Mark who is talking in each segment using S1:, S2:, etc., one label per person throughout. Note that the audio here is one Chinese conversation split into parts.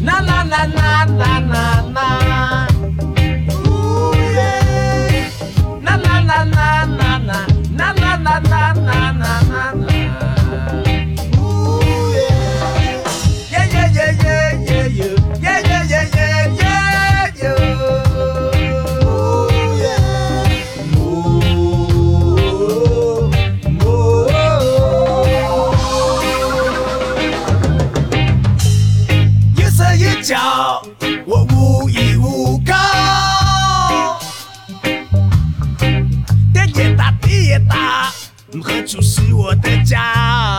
S1: 啦啦啦啦啦，呜耶！啦啦啦啦啦啦，啦啦啦啦啦啦啦啦，呜耶！耶耶耶耶耶哟，耶耶耶耶耶哟，呜耶！呜呜。一手一脚，我无依无靠。天也大，地也大，何处是我的家？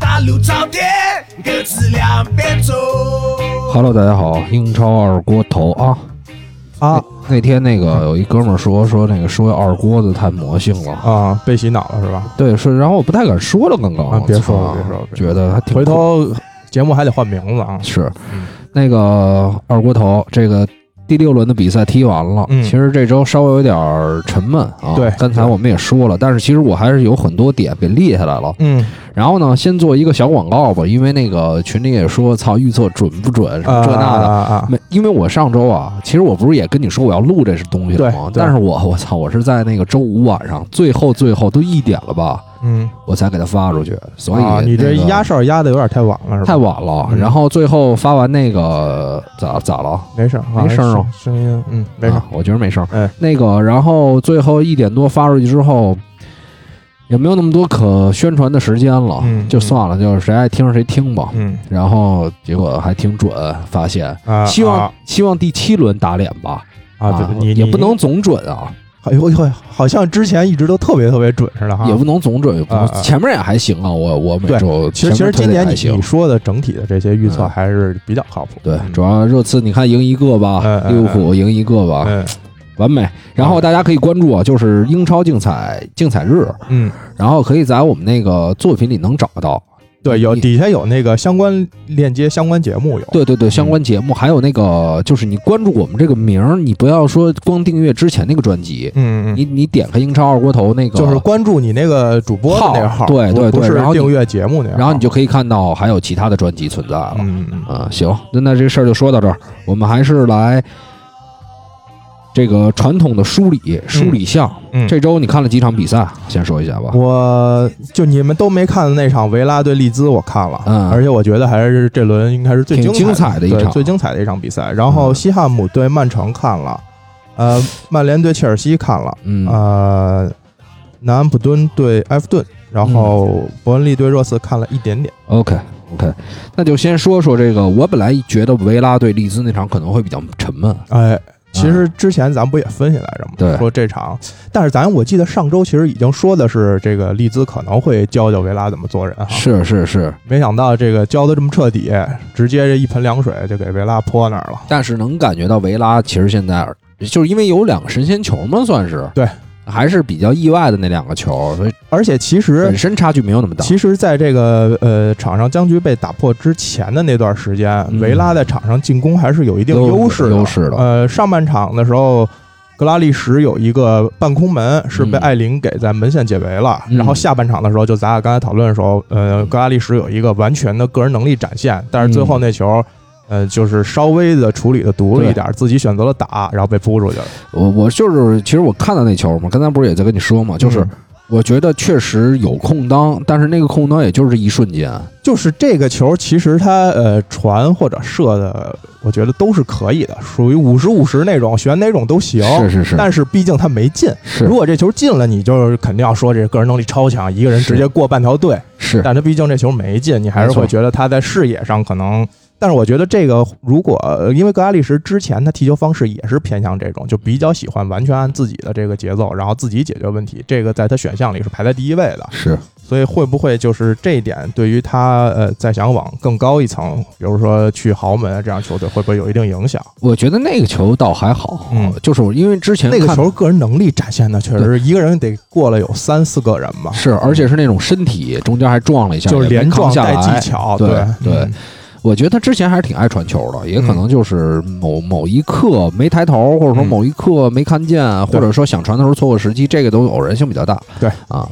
S1: 大路朝天，各自两边走。
S2: Hello，大家好，英超二锅头啊
S3: 啊！
S2: 那天那个有一哥们儿说说那个说二锅子太魔性了，
S3: 啊，被洗脑了是吧？
S2: 对，是，然后我不太敢说了，刚刚、
S3: 啊别说了
S2: 我操
S3: 别说了别说
S2: 觉得还挺
S3: 回头节目还得换名字啊！
S2: 是
S3: 嗯
S2: 那个二锅头这个。第六轮的比赛踢完了，
S3: 嗯
S2: 其实这周稍微有点儿沉闷啊。
S3: 对
S2: 刚才
S3: 对
S2: 我们也说了，但是其实我还是有很多点被列下来了。
S3: 嗯
S2: 然后呢，先做一个小广告吧，因为那个群里也说，操，预测准不准什么
S3: 啊
S2: 这那的。
S3: 啊啊！
S2: 没，因为我上周啊，其实我不是也跟你说我要录这是东西了吗？
S3: 对对
S2: 但是我我操，我是在那个周五晚上，最后最后都一点了吧，
S3: 嗯，
S2: 我才给它发出去，所以、
S3: 啊，你这压
S2: 压
S3: 哨压的有点太晚了是吧？
S2: 太晚了。
S3: 嗯
S2: 然后最后发完那个咋咋了？
S3: 没事儿，啊
S2: 没声儿啊
S3: 声音嗯没事儿
S2: 啊，我觉得没事儿。
S3: 哎
S2: 那个，然后最后一点多发出去之后，也没有那么多可宣传的时间了，
S3: 嗯
S2: 就算了，就是谁爱听谁听吧。
S3: 嗯
S2: 然后结果还挺准，发现
S3: 啊，
S2: 希望、
S3: 啊
S2: 希望第七轮打脸吧。
S3: 啊，对你
S2: 也
S3: 你
S2: 不能总准啊，
S3: 哎呦呦，好像之前一直都特别特别准似的哈。
S2: 也不能总准，也不能
S3: 啊啊啊
S2: 前面也还行啊。我我每
S3: 对
S2: 周
S3: 其实其实
S2: 前面推
S3: 今
S2: 的
S3: 年
S2: 也
S3: 你
S2: 还行
S3: 你，说的整体的这些预测
S2: 嗯
S3: 还是比较靠谱。
S2: 对，
S3: 嗯
S2: 主要热刺你看赢一个
S3: 嗯
S2: 吧，
S3: 嗯
S2: 利物浦赢一个吧，
S3: 嗯
S2: 完美。然后大家可以关注啊，就是英超竞彩竞彩日，
S3: 嗯，
S2: 然后可以在我们那个作品里能找到。
S3: 对，有
S2: 你
S3: 底下有那个相关链接、相关节目有。
S2: 对对对，相关节目还有那个就是你关注我们这个名儿，你不要说光订阅之前那个专辑，
S3: 嗯，嗯
S2: 你你点开英超二锅头那个，
S3: 就是关注你那个主播的那个
S2: 号
S3: 号，
S2: 啊对
S3: 不
S2: 对
S3: 不
S2: 对然后
S3: 是
S2: 你
S3: 订阅节目那个号，
S2: 然后你就可以看到还有其他的专辑存在了。
S3: 嗯嗯
S2: 啊，行，那那这事儿就说到这儿，我们还是来这个传统的梳理梳理项。
S3: 嗯，
S2: 这周你看了几场比赛？啊先说一下吧。
S3: 我就你们都没看的那场维拉对利兹，我看了，
S2: 嗯
S3: 而且我觉得还是这轮应该是最
S2: 挺精彩
S3: 彩
S2: 的一
S3: 对
S2: 场
S3: 最精彩的一场比赛。然后
S2: 嗯
S3: 西汉姆对曼城看了，呃，曼联对切尔西看了，
S2: 嗯，
S3: 呃，南安普敦对埃弗顿，然
S2: 嗯
S3: 后伯恩利对热刺看了一点点。
S2: OK OK，那就先说说这个。我本来觉得维拉对利兹那场可能会比较沉闷，
S3: 哎，其实之前咱不也分析来着吗？
S2: 对
S3: 说这场，但是咱我记得上周其实已经说的是这个利兹可能会教教维拉怎么做人哈。
S2: 是是是，
S3: 没想到这个浇的这么彻底，直接这一盆凉水就给维拉泼那儿了。
S2: 但是能感觉到维拉其实现在就是因为有两个神仙球嘛，算是
S3: 对，
S2: 还是比较意外的那两个球，所以
S3: 而且其实
S2: 本，身差距没有那么大。
S3: 其实在这个呃场上僵局被打破之前的那段时间，
S2: 嗯
S3: 维拉在场上进攻还是有一定
S2: 有
S3: 优势的。
S2: 优势的
S3: 呃，上半场的时候。格拉利什有一个半空门是被
S2: 嗯
S3: 艾琳给在门线解围了，
S2: 嗯
S3: 然后下半场的时候，就咱俩刚才讨论的时候，呃，格拉利什有一个完全的个人能力展现，但是最后那球，呃，就是稍微的处理的独立一点，自己选择了打，然后被扑出去了。
S2: 我我就是，其实我看到那球嘛，刚才不是也在跟你说嘛，就是
S3: 嗯
S2: 我觉得确实有空当，但是那个空当也就是一瞬间，
S3: 就是这个球，其实它呃传或者射的，我觉得都是可以的，属于五十五十那种，选哪种都行。
S2: 是是是
S3: 但是毕竟它没进，
S2: 是
S3: 如果这球进了，你就是肯定要说这个人能力超强，一个人
S2: 是
S3: 直接过半条队。
S2: 是
S3: 但他毕竟这球没进，你还是
S2: 没错
S3: 会觉得他在视野上可能。但是我觉得这个，如果呃因为格拉利什之前他踢球方式也是偏向这种，就比较喜欢完全按自己的这个节奏，然后自己解决问题，这个在他选项里是排在第一位的。
S2: 是
S3: 所以会不会就是这一点对于他呃再想往更高一层，比如说去豪门啊这样球队会不会有一定影响？
S2: 我觉得那个球倒还好，
S3: 嗯
S2: 就是因为之前
S3: 那个
S2: 看
S3: 球个人能力展现的确实是一个人得过了有三四个人吧，
S2: 是，而且是那种身体中间还撞了一下，
S3: 就是
S2: 也没
S3: 连
S2: 扛
S3: 撞
S2: 下
S3: 带技
S2: 来。
S3: 巧，
S2: 对对
S3: 对嗯
S2: 我觉得他之前还是挺爱传球的，也可能就是某某一刻没抬头，或者说
S3: 嗯
S2: 某一刻没看见，或者说想传的时候错过时机，这个都偶然性比较大。
S3: 对
S2: 啊，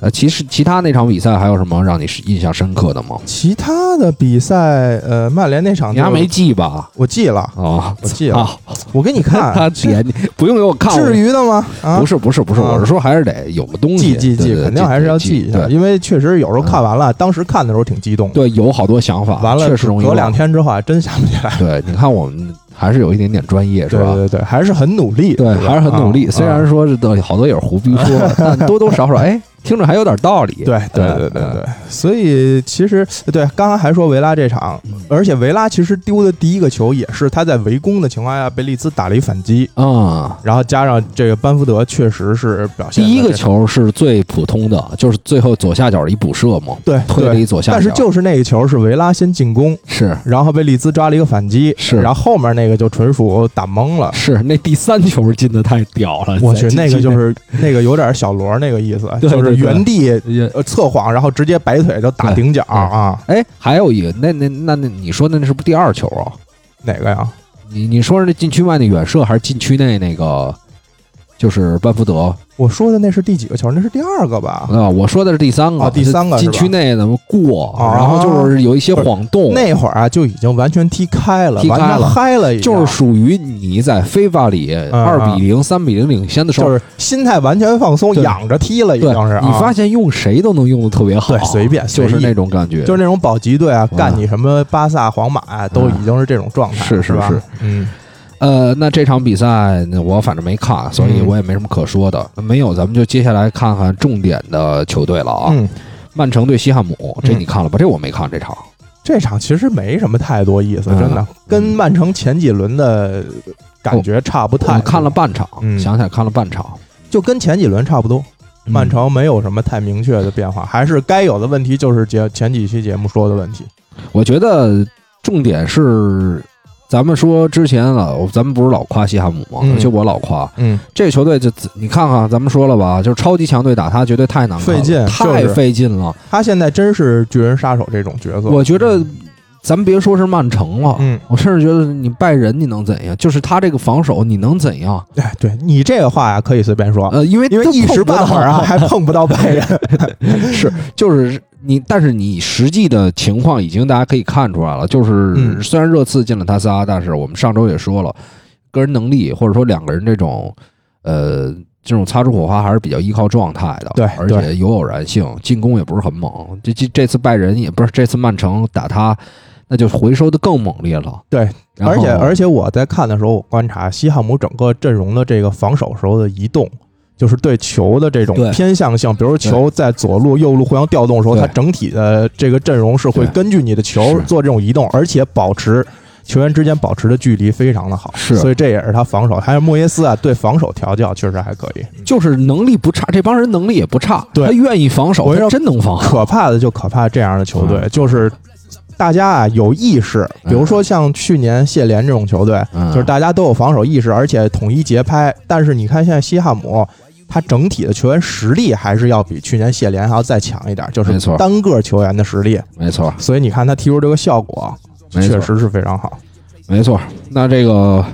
S2: 呃，其实其他那场比赛还有什么让你是印象深刻的吗？
S3: 其他的比赛，呃，曼联那场
S2: 你还
S3: 就
S2: 没记吧？
S3: 我记了，
S2: 哦，
S3: 我记了，
S2: 啊，
S3: 我给你看
S2: 他，姐，你不用给我看，
S3: 至于的吗？啊
S2: 不，是不是不是，
S3: 啊
S2: 我是说还是得有个东西
S3: 记记
S2: 对
S3: 记，
S2: 对
S3: 肯定还是要
S2: 记
S3: 记一啊下，
S2: 对
S3: 因为确实有时候看完了，当时看的时候挺激动的，
S2: 对，有好多想法，
S3: 完了
S2: 确实容易
S3: 隔
S2: 忘
S3: 两。天之后还真想不起来，
S2: 对，你看我们还是有一点点专业，是
S3: 对
S2: 吧？
S3: 对对， 还是很努力，
S2: 对，
S3: 吧
S2: 还是很努力。
S3: 啊
S2: 虽
S3: 啊
S2: 然说是的好多也是胡逼 说，但多多少少哎，听着还有点嗯道理。哎
S3: 对对对对对，所以其实对刚刚还说维拉这场，
S2: 嗯
S3: 而且维拉其实丢的第一个球也是他在围攻的情况下被利兹打了一反击，
S2: 嗯，
S3: 然后加上这个班福德确实是表现
S2: 第
S3: 得
S2: 一个
S3: 这样，
S2: 球是最普通的，就是最后左下角的一补射嘛，
S3: 对
S2: 推了
S3: 对
S2: 一左下角，
S3: 但是就是那个球是维拉先进攻，
S2: 是
S3: 然后被利兹抓了一个反击，
S2: 是
S3: 然后后面那个就纯属打懵了。
S2: 是那第三球进的太屌了，
S3: 我去
S2: 在，禁
S3: 那个
S2: 区
S3: 就
S2: 内
S3: 是那个有点小罗那个意思，
S2: 对对
S3: 就是原地
S2: 也
S3: 呃侧晃，然后直接摆腿就打
S2: 对
S3: 顶角
S2: 对
S3: 啊，
S2: 哎，还有一个，那那那那你说的那是不是第二球啊？
S3: 哪个呀？
S2: 你你说是那禁区外那远射，还是禁区内那个？就是班福德
S3: 我说的那是第几个球？那是第二个吧？
S2: 啊，我说的是第三个，
S3: 啊第三个
S2: 就禁
S3: 是吧
S2: 区内怎么过，
S3: 啊
S2: 然后就是有一些晃动，
S3: 那会儿啊，就已经完全踢开了，
S2: 哦踢
S3: 完
S2: 开
S3: 全
S2: 了
S3: 嗨了已经，
S2: 就是属于你在非法里二比零、三比零领先的时候，
S3: 嗯就是心态完全放松，
S2: 对
S3: 仰着踢了，已经
S2: 对，
S3: 是啊
S2: 你发现用谁都能用的特别好，
S3: 对随便
S2: 就是
S3: 随意
S2: 那种感觉，
S3: 就是那种保级队啊，
S2: 嗯
S3: 干你什么巴萨、皇马啊都已经是这种状态，
S2: 是是
S3: 吧
S2: 是？
S3: 嗯，
S2: 呃，那这场比赛呢我反正没看，所以
S3: 嗯
S2: 我也没什么可说的。没有，咱们就接下来看看重点的球队了啊。
S3: 嗯，
S2: 曼城对西汉姆，这你看了吧？这我没看这场。
S3: 这场其实没什么太多意思，
S2: 嗯
S3: 真的跟曼城前几轮的感觉差不太
S2: 我，看了半场，
S3: 嗯
S2: 想起来看了半场。
S3: 就跟前几轮差不多。
S2: 嗯
S3: 曼城没有什么太明确的变化，还是该有的问题就是节前几期节目说的问题。
S2: 我觉得重点是，咱们说之前啊，咱们不是老夸西汉姆吗？
S3: 嗯
S2: 就我老夸
S3: 嗯，
S2: 这个球队就，你看看，咱们说了吧，就是超级强队打他，绝对太难看了，
S3: 费劲
S2: 太
S3: 就是
S2: 费劲了。
S3: 他现在真是巨人杀手这种角色，
S2: 我觉得，咱别说是曼城了，
S3: 嗯，
S2: 我甚至觉得你拜仁你能怎样？就是他这个防守你能怎样？
S3: 哎，对你这个话呀，可以随便说，
S2: 呃，因为
S3: 因为
S2: 他
S3: 一
S2: 碰不
S3: 时半会儿
S2: 到
S3: 啊，还碰不到拜 仁。
S2: 是就是你，但是你实际的情况已经大家可以看出来了。就是、
S3: 嗯
S2: 虽然热刺进了他仨，但是我们上周也说了，个人能力或者说两个人这种呃这种擦出火花还是比较依靠状态的，
S3: 对
S2: 而
S3: 对
S2: 且有偶然性，进攻也不是很猛。这这这次拜仁也不是这次曼城打他，那就回收的更猛烈了。
S3: 对，
S2: 然后
S3: 而且而且我在看的时候，我观察西汉姆整个阵容的这个防守时候的移动，就是对球的这种
S2: 对
S3: 偏向性，比如球在左路、右路互相调动的时候，
S2: 对
S3: 它整体的这个阵容是会
S2: 对
S3: 根据你的球
S2: 是
S3: 做这种移动，而且保持。球员之间保持的距离非常的好，
S2: 是
S3: 所以这也是他防守。还有莫耶斯啊，对防守调教确实还可以。
S2: 就是能力不差，这帮人能力也不差，
S3: 对
S2: 他愿意防
S3: 我
S2: 守，
S3: 跟你
S2: 他
S3: 说
S2: 真能防。
S3: 可怕的就可怕这样的球
S2: 嗯
S3: 队，就是大家啊有意识，比如说像去年谢联这种球队，
S2: 嗯
S3: 就是大家都有防守意识，而且统一节拍。但是你看现在西汉姆，他整体的球员实力还是要比去年谢联还要再强一点，就
S2: 没
S3: 是
S2: 错
S3: 单个球员的实力。
S2: 没错，
S3: 所以你看他踢出这个效果，
S2: 没错
S3: 确实是非常好。
S2: 没错，那这个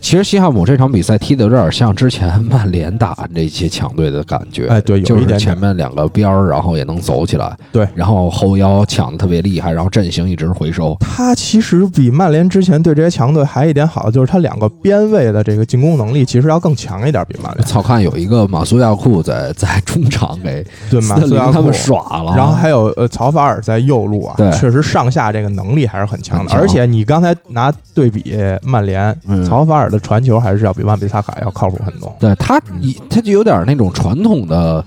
S2: 其实西汉姆这场比赛踢的有点像之前曼联打那些强队的感觉，
S3: 哎对有一
S2: 就
S3: 点
S2: 是
S3: 点
S2: 前面两个边儿，然后也能走起来，
S3: 对
S2: 然后后腰抢的特别厉害，然后阵型一直回收，
S3: 他其实比曼联之前对这些强队还有一点好，就是他两个边位的这个进攻能力其实要更强一点，比曼联。
S2: 操，看有一个马苏亚库在在中场给
S3: 对，
S2: 斯
S3: 马
S2: 特
S3: 苏
S2: 林
S3: 亚
S2: 他
S3: 库
S2: 们。耍了，啊
S3: 然后还有呃，曹法尔在右路啊
S2: 哦对，
S3: 确实上下这个能力还是很强
S2: 很
S3: 的。
S2: 强
S3: 而且你刚才拿对比曼联，
S2: 嗯
S3: 曹法尔的传球还是要比万比萨卡要靠谱很多。
S2: 对他一他就有点那种传统的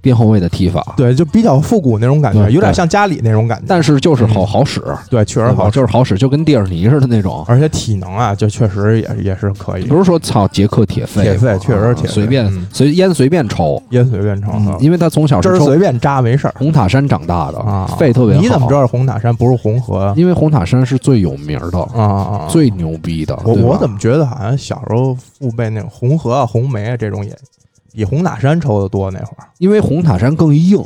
S2: 边后卫的踢法，
S3: 对，就比较复古那种感觉，
S2: 对
S3: 有点
S2: 对
S3: 像家里那种感觉。
S2: 但是就是好
S3: 嗯
S2: 好使，
S3: 对，确实
S2: 对吧
S3: 好，
S2: 就是好使，就跟蒂尔尼似的那种。
S3: 而且体能啊，就确实也也是可以
S2: 比，如说，操，杰克铁肺嘛，啊
S3: 铁肺确实是铁肺
S2: 随便
S3: 嗯
S2: 随烟随便抽，
S3: 也随便成
S2: 嗯因为他从小
S3: 汁
S2: 是
S3: 儿
S2: 抽
S3: 随便扎没事儿
S2: 红塔山长大
S3: 啊
S2: 的，。肺特别好。
S3: 你怎么知道是红塔山不是红河啊？
S2: 因为红塔山是最有名的、
S3: 啊啊！啊
S2: 最牛逼的。
S3: 我
S2: 对吧
S3: 我怎么觉得好像小时候父辈那种红河啊、红梅啊这种也比红塔山抽的多那会儿
S2: 因为红塔山更硬，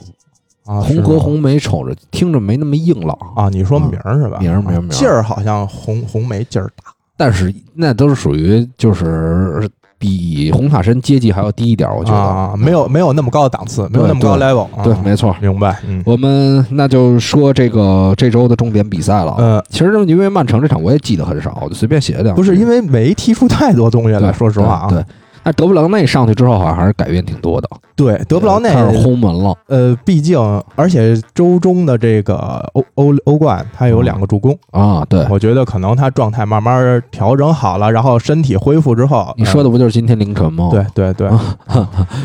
S3: 啊，
S2: 红
S3: 是
S2: 河
S3: 吗
S2: 红梅瞅着听着没那么硬朗，
S3: 啊，你说名儿是吧？
S2: 名儿名儿名儿
S3: 劲儿好像红红梅劲儿大，
S2: 但是那都是属于就是。比红塔山阶级还要低一点，我觉得。
S3: 啊，没有没有那么高的档次，没有那么高的 level 啊。
S2: 对，没错。
S3: 明白。嗯
S2: 我们那就说这个这周的重点比赛了啊。
S3: 呃，
S2: 其实因为曼城这场我也记得很少，我就随便写了两句。
S3: 不是因为没踢出太多东西来，
S2: 对
S3: 说实话啊。
S2: 对，对那德布劳内上去之后好像还是改变挺多的。
S3: 对，德布劳内
S2: 开始轰门了，
S3: 呃，毕竟而且周中的这个欧欧欧冠，他有两个助攻，
S2: 啊，对，
S3: 我觉得可能他状态慢慢调整好了，然后身体恢复之后，
S2: 你
S3: 呃
S2: 说的不就是今天凌晨吗？
S3: 对，对对，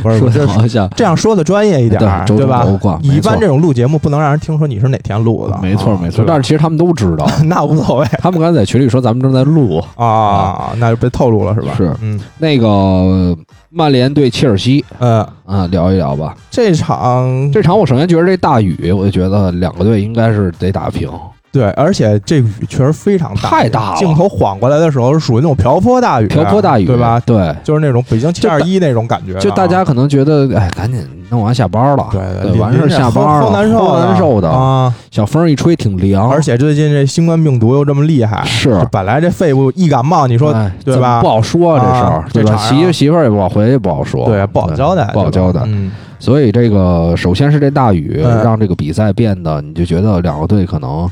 S3: 不是
S2: 说
S3: 不
S2: 的
S3: 是
S2: 好像
S3: 这样说的专业一点儿，
S2: 周
S3: 对
S2: 中
S3: 吧？
S2: 欧冠，
S3: 一
S2: 没错
S3: 般这种录节目不能让人听说你是哪天录的，
S2: 没错
S3: 啊
S2: 没错，
S3: 对吧
S2: 但是其实他们都知道，
S3: 那无 所谓
S2: 他们刚才在群里说咱们正在录
S3: 啊，那就被透露了是吧？
S2: 是
S3: 嗯
S2: 那个曼联对切尔西
S3: 呃，
S2: 啊，聊一聊吧。
S3: 这场
S2: 这场我首先觉得这大雨，我就觉得两个队应该是得打平，
S3: 对，而且这雨确实非常大，
S2: 太大了
S3: 镜头晃过来的时候是属于那种瓢泼大雨，啊
S2: 瓢泼大雨，
S3: 对吧？？
S2: 对，
S3: 就是那种北京七
S2: 就大
S3: 二一那种感觉啊，
S2: 就大家可能觉得，哎，赶紧弄完下班了，
S3: 对
S2: 对完事儿下班
S3: 好
S2: 了，
S3: 难受
S2: 齁
S3: 的
S2: 难受的，
S3: 啊！
S2: 小风一吹挺凉，
S3: 而且最近这新冠病毒又这么厉害，
S2: 是
S3: 这本来这肺部一感冒，你说
S2: 哎
S3: 对
S2: 怎么
S3: 吧
S2: 不好说这事
S3: 啊
S2: 儿，对吧？
S3: 这茬儿啊
S2: 媳媳妇儿也不好，回去也不好说，
S3: 对不好交代，
S2: 不好
S3: 对吧
S2: 交代。
S3: 嗯，
S2: 所以这个首先是这大雨
S3: 嗯
S2: 让这个比赛变得，你就觉得两个队可能，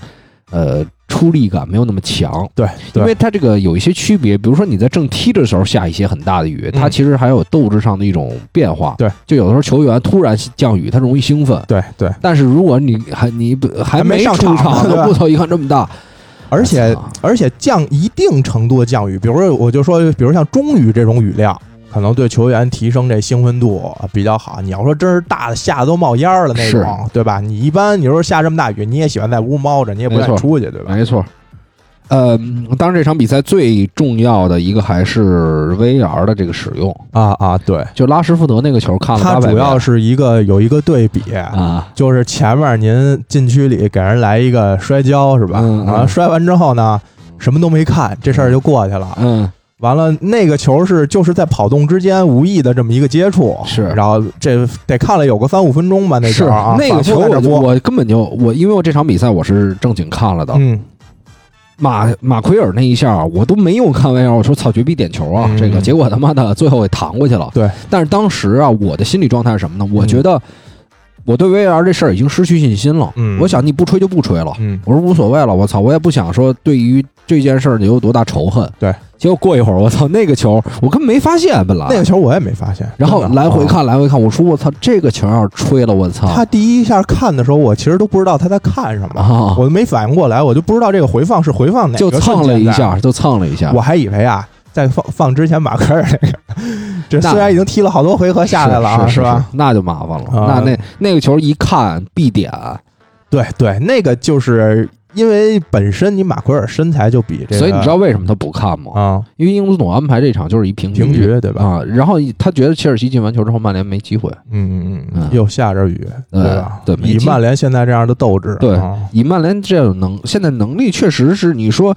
S2: 呃，出力感没有那么强。
S3: 对，
S2: 因为
S3: 对，
S2: 它这个有一些区别，比如说你在正踢的时候下一些很大的雨，它
S3: 嗯
S2: 其实还有斗志上的一种变化。
S3: 对，
S2: 就有的时候球员突然降雨，他容易兴奋。
S3: 对，对，
S2: 但是如果你还你不还
S3: 还没
S2: 没
S3: 上
S2: 出
S3: 场
S2: 场，
S3: 对吧
S2: 木头一看这么大，
S3: 而且
S2: 我操
S3: 而且降一定程度的降雨，比如说我就说，比如像中雨这种雨量。可能对球员提升这兴奋度啊比较好。你要说真是大的下的都冒烟儿了那种，对吧？你一般你说下这么大雨，你也喜欢在屋猫着，你也不愿
S2: 没错
S3: 意出去，对吧？
S2: 没错。呃，当然这场比赛最重要的一个还是 VR 的这个使用，
S3: 啊啊，对，
S2: 就拉什福德那个球看了
S3: 它
S2: 八百
S3: 主要
S2: 遍
S3: 是一个有一个对比，
S2: 啊，
S3: 就是前面您禁区里给人来一个摔跤是吧？
S2: 嗯嗯
S3: 啊，摔完之后呢，什么都没看，这事儿就过去了。
S2: 嗯，
S3: 完了，那个球是就是在跑动之间无意的这么一个接触，
S2: 是
S3: 然后这得看了有个三五分钟吧，那
S2: 是
S3: 球啊，
S2: 那个球我
S3: 反复在这
S2: 就
S3: 播，
S2: 我根本就我因为我这场比赛我是正经看了的，
S3: 嗯，
S2: 马马奎尔那一下我都没用看 VR，我说操绝逼点球啊，
S3: 嗯
S2: 这个结果他妈的最后给弹过去了。
S3: 对，嗯
S2: 但是当时啊，我的心理状态是什么呢？我觉得我对 VR 这事儿已经失去信心了，
S3: 嗯
S2: 我想你不吹就不吹了。
S3: 嗯，
S2: 我说无所谓了，我操，我也不想说对于这件事儿有多大仇恨。
S3: 对，
S2: 结果过一会儿，我操，那个球我根本没发现，本来
S3: 那个球我也没发现，
S2: 然后
S3: 真的
S2: 来回
S3: 啊。
S2: 看，来回看，我说我操，这个球要是吹了，我操
S3: 他第一下看的时候，我其实都不知道他在看什么，
S2: 啊，
S3: 我没反应过来，我就不知道这个回放是回放哪
S2: 就
S3: 个
S2: 蹭
S3: 瞬
S2: 了
S3: 间
S2: 一
S3: 在
S2: 下，就蹭了一下
S3: 我，还以为啊，在放放之前马奎尔那 个，这
S2: 那
S3: 虽然已经踢了好多回合下来了啊，
S2: 是
S3: 吧？？
S2: 那就麻烦了，
S3: 啊
S2: 那那那个球一看必点，
S3: 对对，那个就是因为本身你马奎尔身材就比这个，
S2: 所以你知道为什么他不看吗？
S3: 啊，
S2: 因为英足总安排这场就是一平
S3: 平局对吧？
S2: 啊，然后他觉得切尔西进完球之后曼联没机会，
S3: 嗯嗯嗯
S2: 嗯，
S3: 又下着雨，
S2: 呃
S3: 吧？
S2: 对没
S3: 以
S2: 劲
S3: 曼联现在这样的斗志，
S2: 对
S3: 啊
S2: 以曼联这种能现在能力，确实是你说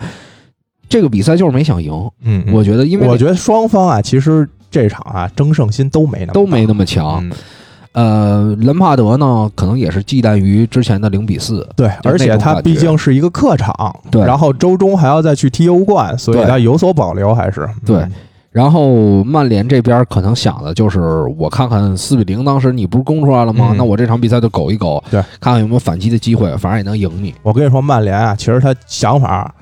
S2: 这个比赛就是没想赢，
S3: 嗯，
S2: 我觉得因为
S3: 我觉得双方啊，其实这场啊争胜心都没那么
S2: 都啊没
S3: 大
S2: 那么强。
S3: 嗯
S2: 呃，兰帕德呢，可能也是忌惮于之前的零比四，
S3: 对，
S2: 就
S3: 而且
S2: 那种
S3: 他
S2: 感
S3: 毕
S2: 觉
S3: 竟是一个客场，
S2: 对
S3: 然后周中还要再去踢欧冠，所以
S2: 对
S3: 他有所保留，还是
S2: 对
S3: 嗯
S2: 然后曼联这边可能想的就是，我看看四比零，当时你不是攻出来了吗？
S3: 嗯
S2: 那我这场比赛就苟一苟，
S3: 对，
S2: 看看有没有反击的机会，反正也能赢你。
S3: 我跟你说，曼联啊，其实他想法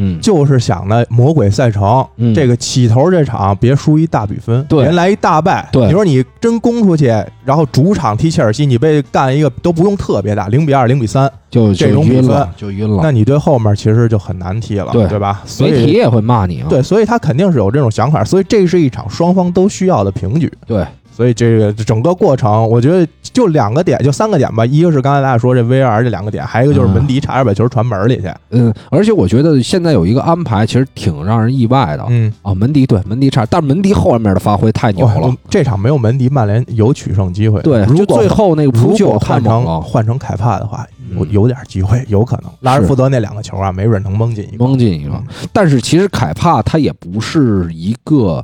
S2: 嗯，
S3: 就是想的魔鬼赛程，
S2: 嗯
S3: 这个起头这场别输一大比分，
S2: 对
S3: 连来一大败。
S2: 对
S3: 你说你真攻出去，然后主场踢切尔西，你被干一个都不用特别大，零比二、零比三，
S2: 就
S3: 这
S2: 就
S3: 种
S2: 晕
S3: 比
S2: 了，就晕了。
S3: 那你对后面其实就很难踢了，
S2: 对
S3: 对吧？所
S2: 媒体
S3: 以
S2: 也会骂你啊。
S3: 对，所以他肯定是有这种想法，所以这是一场双方都需要的平局。
S2: 对
S3: 所以这个整个过程，我觉得就两个点，就三个点吧。一个是刚才咱俩说这 VR 这两个点，还有一个就是
S2: 嗯
S3: 门迪差点把球传门里去。
S2: 嗯，而且我觉得现在有一个安排，其实挺让人意外的。
S3: 嗯，
S2: 啊，门迪对门迪差，但是门迪后面的发挥太牛
S3: 哇
S2: 了。
S3: 这场没有门迪，曼联有取胜机会。
S2: 对，
S3: 哦如
S2: 就
S3: 果
S2: 最后那个扑
S3: 如
S2: 救
S3: 果
S2: 太
S3: 换
S2: 猛
S3: 成
S2: 了，
S3: 换成凯帕的话，有
S2: 嗯
S3: 有点机会，有可能。拉什
S2: 是
S3: 福德那两个球啊，没准能蒙进一个。
S2: 蒙进一个。
S3: 嗯
S2: 但是其实凯帕他也不是一个，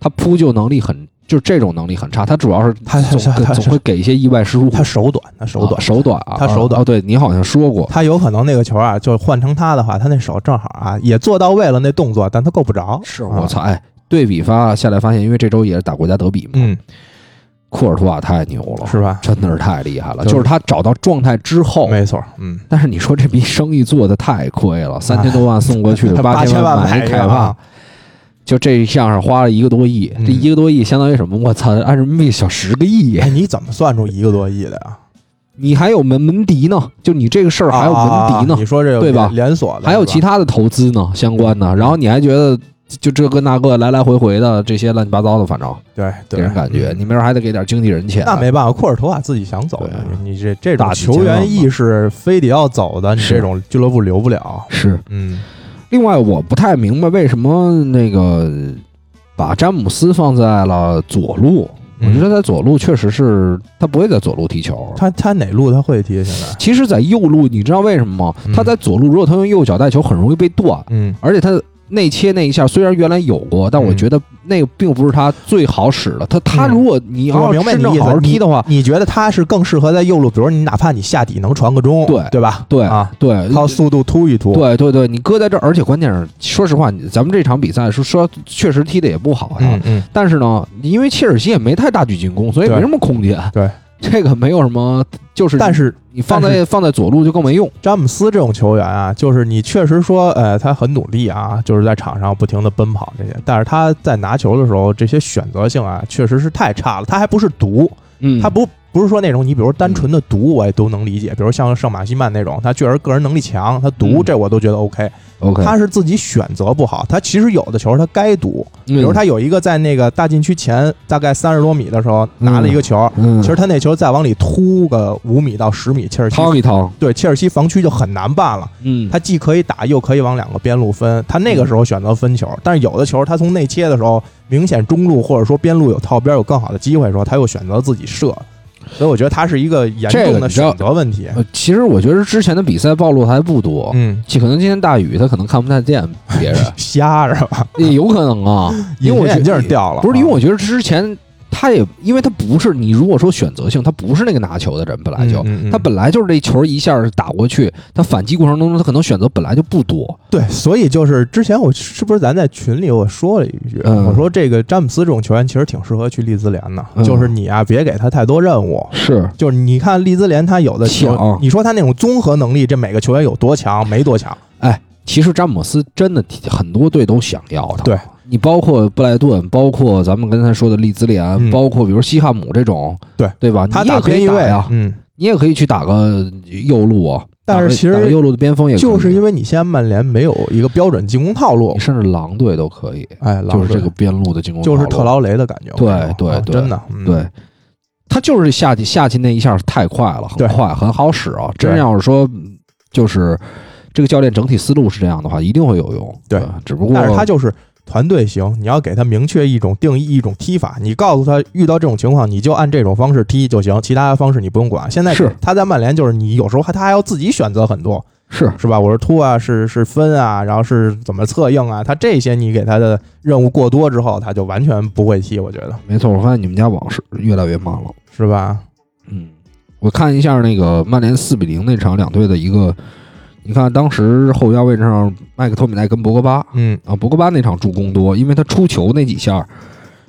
S2: 他扑救能力很，就是这种能力很差，他主要是
S3: 他他
S2: 总
S3: 他他
S2: 总会给一些意外失误。
S3: 他手短，他手
S2: 啊
S3: 短，
S2: 手短啊，
S3: 他手短
S2: 哦，对你好像说过，
S3: 他有可能那个球啊，就换成他的话，他那手正好啊也做到位了那动作，但他够不着。
S2: 是
S3: 啊
S2: 我操，哎，对比发下来发现，因为这周也是打国家德比嘛，
S3: 嗯，
S2: 库尔图瓦太牛了，
S3: 是吧？
S2: 真的是太厉害了。
S3: 就是
S2: 就是他找到状态之后，
S3: 没错，嗯，
S2: 但是你说这笔生意做的太亏了，三千多万送过去，
S3: 八
S2: 千
S3: 万
S2: 买
S3: 一
S2: 凯
S3: 个
S2: 帕
S3: 啊，，
S2: 就这一项是花了一个多亿，
S3: 嗯
S2: 这一个多亿相当于什么？我操，按人民币小十个亿耶！
S3: 哎，你怎么算出一个多亿的呀？
S2: 你还有门门迪呢，就你这个事儿还有门迪
S3: 啊
S2: 呢，
S3: 你说这个
S2: 对吧
S3: 连锁的
S2: 还有其
S3: 他
S2: 他的投资呢，相关的。然后你还觉得就这个那个来来回回的这些乱七八糟的，反正
S3: 对
S2: 给
S3: 对
S2: 人感觉
S3: 嗯
S2: 你没准还得给点经纪人钱。
S3: 那没办法，库尔图瓦自己想走
S2: 对啊，
S3: 你这这
S2: 大
S3: 种
S2: 体健
S3: 球
S2: 康嘛
S3: 员意识非得要走的，你
S2: 是
S3: 这种俱乐部留不了。
S2: 是。
S3: 嗯，
S2: 另外，我不太明白为什么那个把詹姆斯放在了左路。我觉得在左路确实是他不会在左路踢球。
S3: 嗯他他哪路他会踢？现在，
S2: 其实，在右路，你知道为什么吗？
S3: 嗯
S2: 他在左路，如果他用右脚带球，很容易被断。
S3: 嗯，
S2: 而且他内切那一下虽然原来有过，但我
S3: 嗯
S2: 觉得那个并不是他最好使的。他他
S3: 嗯
S2: 如果你
S3: 我
S2: 要
S3: 明白
S2: 真
S3: 你
S2: 正
S3: 意思
S2: 好好踢的话，
S3: 你觉得他是更适合在右路？比如你哪怕你下底能传个中，
S2: 对
S3: 对吧？
S2: 对
S3: 啊，
S2: 对
S3: 靠速度突一突。，
S2: 对对对，你搁在这儿，而且关键是，说实话，你咱们这场比赛说说确实踢的也不好呀，
S3: 嗯嗯，
S2: 但啊是呢，因为切尔西也没太大举进攻，所以
S3: 对
S2: 没什么空间。
S3: 对，
S2: 这个没有什么，就是
S3: 但是
S2: 你放
S3: 但
S2: 在放在左路就更没用。
S3: 詹姆斯这种球员啊，就是你确实说，呃，他很努力啊，就是在场上不停的奔跑这些，但是他在拿球的时候，这些选择性啊，确实是太差了。他还不是毒，
S2: 嗯，
S3: 他不不是说那种你比如单纯的毒，我也都能理解。比如像圣马西曼那种，他确实个人能力强，他毒
S2: 嗯
S3: 这我都觉得 OK。
S2: OK，嗯
S3: 他是自己选择不好，他其实有的球他该毒，
S2: 比
S3: 比如他有一个在那个大禁区前大概三十多米的时候拿了一个球，
S2: 嗯，
S3: 其实他那球再往里突个五米到十米，切尔西
S2: 趟一趟，
S3: 对切尔西防区就很难办了。
S2: 嗯，
S3: 他既可以打，又可以往两个边路分。他那个时候选择分球，但是有的球他从内切的时候，明显中路或者说边路有套边有更好的机会的时候，他又选择自己射。所以我觉得他是一个严
S2: 嗯这
S3: 重
S2: 个
S3: 的
S2: 你知道
S3: 选择问题。
S2: 呃其实我觉得之前的比赛暴露还不多，
S3: 嗯，，
S2: 就可能今天大雨，他可能看不太见别人
S3: 瞎是吧？
S2: 也有可能啊， 因为我
S3: 隐
S2: 觉
S3: 形眼镜掉了，啊
S2: 不是因为我觉得之前他也，因为他不是你如果说选择性，他不是那个拿球的人，本来就。
S3: 嗯嗯嗯
S2: 他本来就是这球一下打过去，他反击过程当中，他可能选择本来就不多。
S3: 对，所以就是之前我是不是咱在群里我说了一句，
S2: 嗯
S3: 我说这个詹姆斯这种球员其实挺适合去利兹联的，
S2: 嗯
S3: 就是你啊别给他太多任务，
S2: 是，
S3: 就是你看利兹联他有的
S2: 抢
S3: 球，你说他那种综合能力，这每个球员有多强？没多强。
S2: 哎，其实詹姆斯真的挺很多队都想要他。
S3: 对
S2: 你包括布莱顿，包括咱们刚才说的利兹联，
S3: 嗯
S2: 包括比如西汉姆这种，
S3: 对
S2: 对吧？
S3: 他
S2: 你也
S3: 打
S2: 可
S3: 边
S2: 以啊
S3: 翼
S2: 打
S3: 位
S2: 呀，
S3: 嗯，
S2: 你也可以去打个右路啊。
S3: 但是
S2: 打个
S3: 其实
S2: 打个右路的边锋也可以
S3: 就是因为你现在曼联没有一个标准进攻套路
S2: 你，甚至狼队都可以，
S3: 哎，狼
S2: 就是
S3: 队
S2: 这个边路的进攻套
S3: 就
S2: 路，
S3: 是特劳雷的感觉，
S2: 对
S3: 我觉得
S2: 对
S3: 啊
S2: 对
S3: 真的，嗯
S2: 对，他就是下去下去那一下太快了，很
S3: 对
S2: 快很好使啊。真
S3: 对
S2: 要是说嗯就是这个教练整体思路是这样的话，一定会有用。
S3: 对
S2: 吧，只不过
S3: 但是他就是团队型，你要给他明确一种定义、一种踢法。你告诉他遇到这种情况，你就按这种方式踢就行，其他的方式你不用管。现在
S2: 是
S3: 他在曼联，就是你有时候还他还要自己选择很多，
S2: 是
S3: 是吧？我是突啊，是是分啊，然后是怎么策应啊，他这些你给他的任务过多之后，他就完全不会踢，我觉得
S2: 没错。我发现你们家网是越来越慢了。
S3: 是吧？
S2: 嗯，我看一下那个曼联四比零那场两队的一个，你看当时后腰位置上麦克托米奈跟博格巴
S3: 嗯
S2: 啊，博格巴那场助攻多，因为他出球那几下。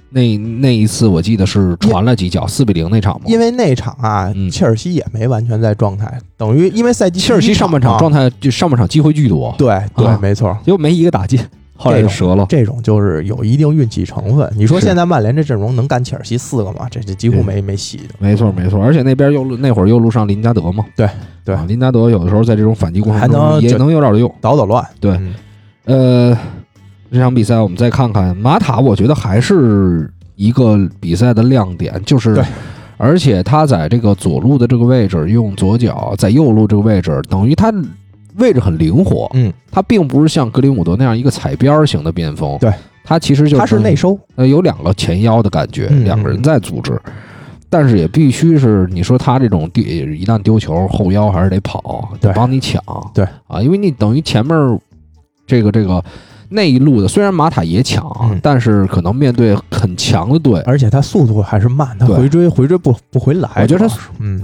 S2: 那那一次我记得是传了几脚，四比零那场嘛。
S3: 因为那场啊，
S2: 哦嗯
S3: 切尔西也没完全在状态，等于因为赛季
S2: 切尔西上半场状
S3: 态，
S2: 态就上半场机会巨多，
S3: 啊对
S2: 啊
S3: 对，没错，
S2: 结果没一个打进，后来就折了。
S3: 这种就是有一定运气成分。你说
S2: 是嗯
S3: 现在曼联这阵容能干切尔西四个吗？这这几乎没没戏的。
S2: 没错，没错，而且那边右路那会儿右路上林加德嘛，
S3: 对对
S2: 啊林加德有的时候在这种反击过程
S3: 还
S2: 中
S3: 能
S2: 也能有点用。
S3: 捣捣乱，
S2: 对
S3: 嗯
S2: 呃，这场比赛我们再看看马塔，我觉得还是一个比赛的亮点，就是
S3: 对。
S2: 而且他在这个左路的这个位置用左脚，在右路这个位置，等于他位置很灵活。
S3: 嗯，
S2: 他并不是像格林伍德那样一个踩边儿型的边锋。
S3: 对，
S2: 他其实就
S3: 他是内收，
S2: 呃，有两个前腰的感觉，
S3: 嗯
S2: 两个人在组织，但是也必须是你说他这种丢，一旦丢球后腰还是得跑，得
S3: 对
S2: 帮你抢，
S3: 对
S2: 啊，因为你等于前面儿这个这个那一路的，虽然马塔也抢，
S3: 嗯
S2: 但是可能面对很强的队，
S3: 而且他速度还是慢，他
S2: 哎对
S3: 回追回追不不回来。
S2: 我觉得
S3: 主要是嗯，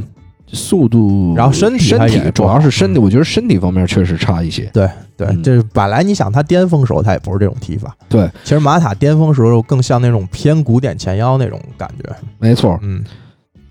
S2: 速度，
S3: 然后身体
S2: 身
S3: 他也
S2: 体主
S3: 不好嗯
S2: 要是身体，我觉得身体方面确实差一些。
S3: 对，
S2: 嗯
S3: 这本来你想他巅峰时候他也不是这种踢法，
S2: 对，
S3: 其实马塔巅峰时候更像那种偏古典前腰那种感觉，
S2: 没错，
S3: 嗯，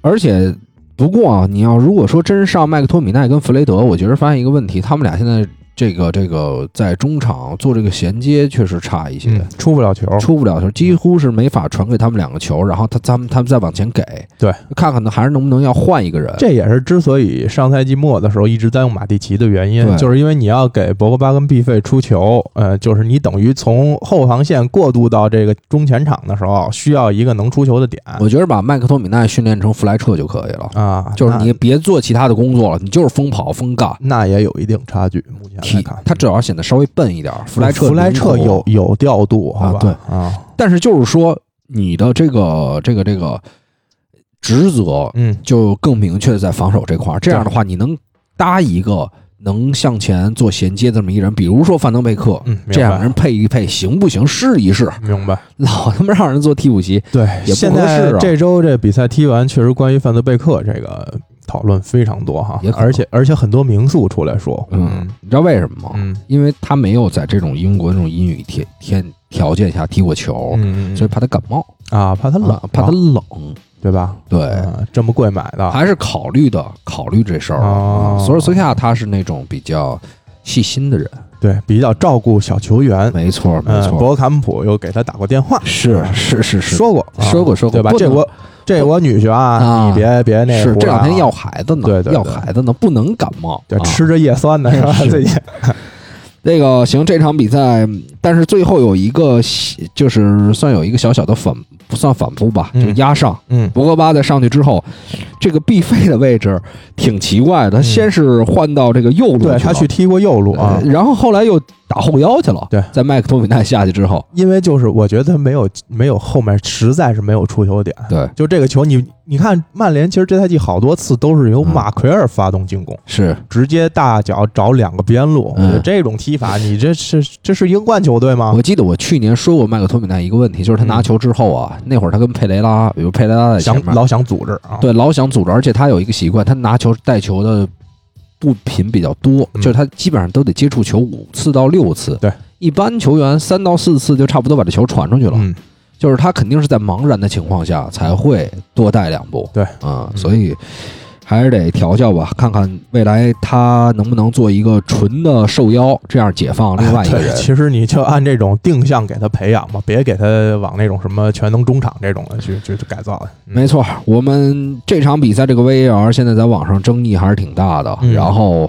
S2: 而且不过啊，你要如果说真是上麦克托米奈跟弗雷德，我觉得发现一个问题，他们俩现在这个这个在中场做这个衔接确实差一些。
S3: 嗯出不了球，
S2: 出不了球，几乎是没法传给他们两个球，然后他他们他们再往前给，
S3: 对，
S2: 看看还是能不能要换一个人。
S3: 这也是之所以上赛季末的时候一直在用马蒂奇的原因，
S2: 对
S3: 就是因为你要给博格巴跟毕费出球，呃，就是你等于从后防线过渡到这个中前场的时候，需要一个能出球的点
S2: 我觉得把麦克托米奈训练成弗莱彻就可以了，
S3: 啊，
S2: 就是
S3: 那
S2: 你别做其他的工作了，你就是疯跑疯干。
S3: 那也有一定差距，目前来
S2: 体
S3: 看，嗯
S2: 他主要显得稍微笨一点，弗莱彻
S3: 弗莱
S2: 灵活
S3: 彻有，有调度，
S2: 啊
S3: 好吧？
S2: 对
S3: 啊，
S2: 但是就是说你的这个这个这个职责
S3: 嗯，
S2: 就更明确地在防守这块儿。这样的话，你能搭一个能向前做衔接的这么一人，比如说范登贝克，
S3: 嗯明白
S2: 这两个人配一配行不行？试一试，
S3: 明白。
S2: 老他妈让人做替补席，
S3: 对，
S2: 也不
S3: 现
S2: 合
S3: 在
S2: 适啊
S3: 这周这比赛踢完，确实关于范德贝克这个讨论非常多哈
S2: 也，可能
S3: 而且而且很多名宿出来说，
S2: 嗯，你知道为什么吗？
S3: 嗯
S2: 因为他没有在这种英国这种英语天天条件下踢过球，
S3: 嗯，
S2: 所以怕他感冒，
S3: 啊，怕他冷
S2: 啊，怕他冷。
S3: 对吧？
S2: 对，呃
S3: 啊这么贵买的，
S2: 还是考虑的，考虑这事儿啊。
S3: 哦
S2: 索尔斯克亚他是那种比较细心的人，
S3: 对，比较照顾小球员。
S2: 没错，没
S3: 嗯，
S2: 错，
S3: 博坎普又给他打过电话，
S2: 是是是是，
S3: 说过啊
S2: 说过说过
S3: 对吧？
S2: 不
S3: 这
S2: 能
S3: 我这我女婿啊，
S2: 啊
S3: 你别别那
S2: 是
S3: 胡
S2: 这
S3: 来
S2: 两
S3: 啊
S2: 天要孩子呢，
S3: 对对对
S2: 要孩子呢，不能感冒。
S3: 对
S2: 啊
S3: 吃着叶 酸呢是吧？
S2: 是
S3: 最近
S2: 这个行，这场比赛，但是最后有一个小就是算有一个小小的反，不算反扑吧，就
S3: 嗯
S2: 是压上。
S3: 嗯
S2: 博格巴在上去之后，这个必费的位置挺奇怪的，他
S3: 嗯
S2: 先是换到这个右路去
S3: 对
S2: 了，
S3: 他去踢过右路啊
S2: 呃，然后后来又打后腰去了。
S3: 对
S2: 在麦克托米奈下去之后，
S3: 因为就是我觉得他没有没有后面实在是没有出球点。
S2: 对，
S3: 就这个球你，你看曼联其实这赛季好多次都是由
S2: 嗯
S3: 马奎尔发动进攻，
S2: 是
S3: 直接大脚找两个边路，
S2: 嗯
S3: 我觉得这种踢法，你这是这是英冠球队吗
S2: 我？记得我去年说过麦克托米奈一个问题，就是他拿球之后啊，那会儿他跟佩雷拉，比如佩雷拉在前
S3: 嗯想
S2: 面，
S3: 老想组织啊，
S2: 对老想组织，而且他有一个习惯，他拿球带球的步频比较多，
S3: 嗯
S2: 就是他基本上都得接触球五次到六次。
S3: 对，
S2: 一般球员三到四次就差不多把这球传出去了。
S3: 嗯，
S2: 就是他肯定是在茫然的情况下才会多带两步。
S3: 对
S2: 啊
S3: 嗯，
S2: 所以还是得调教吧，看看未来他能不能做一个纯的受邀，这样解放另外一个
S3: 对
S2: 人。
S3: 其实你就按这种定向给他培养吧，别给他往那种什么全能中场这种的去去去改造了。嗯
S2: 没错，我们这场比赛这个 VAR 现在在网上争议还是挺大的，
S3: 嗯
S2: 然后。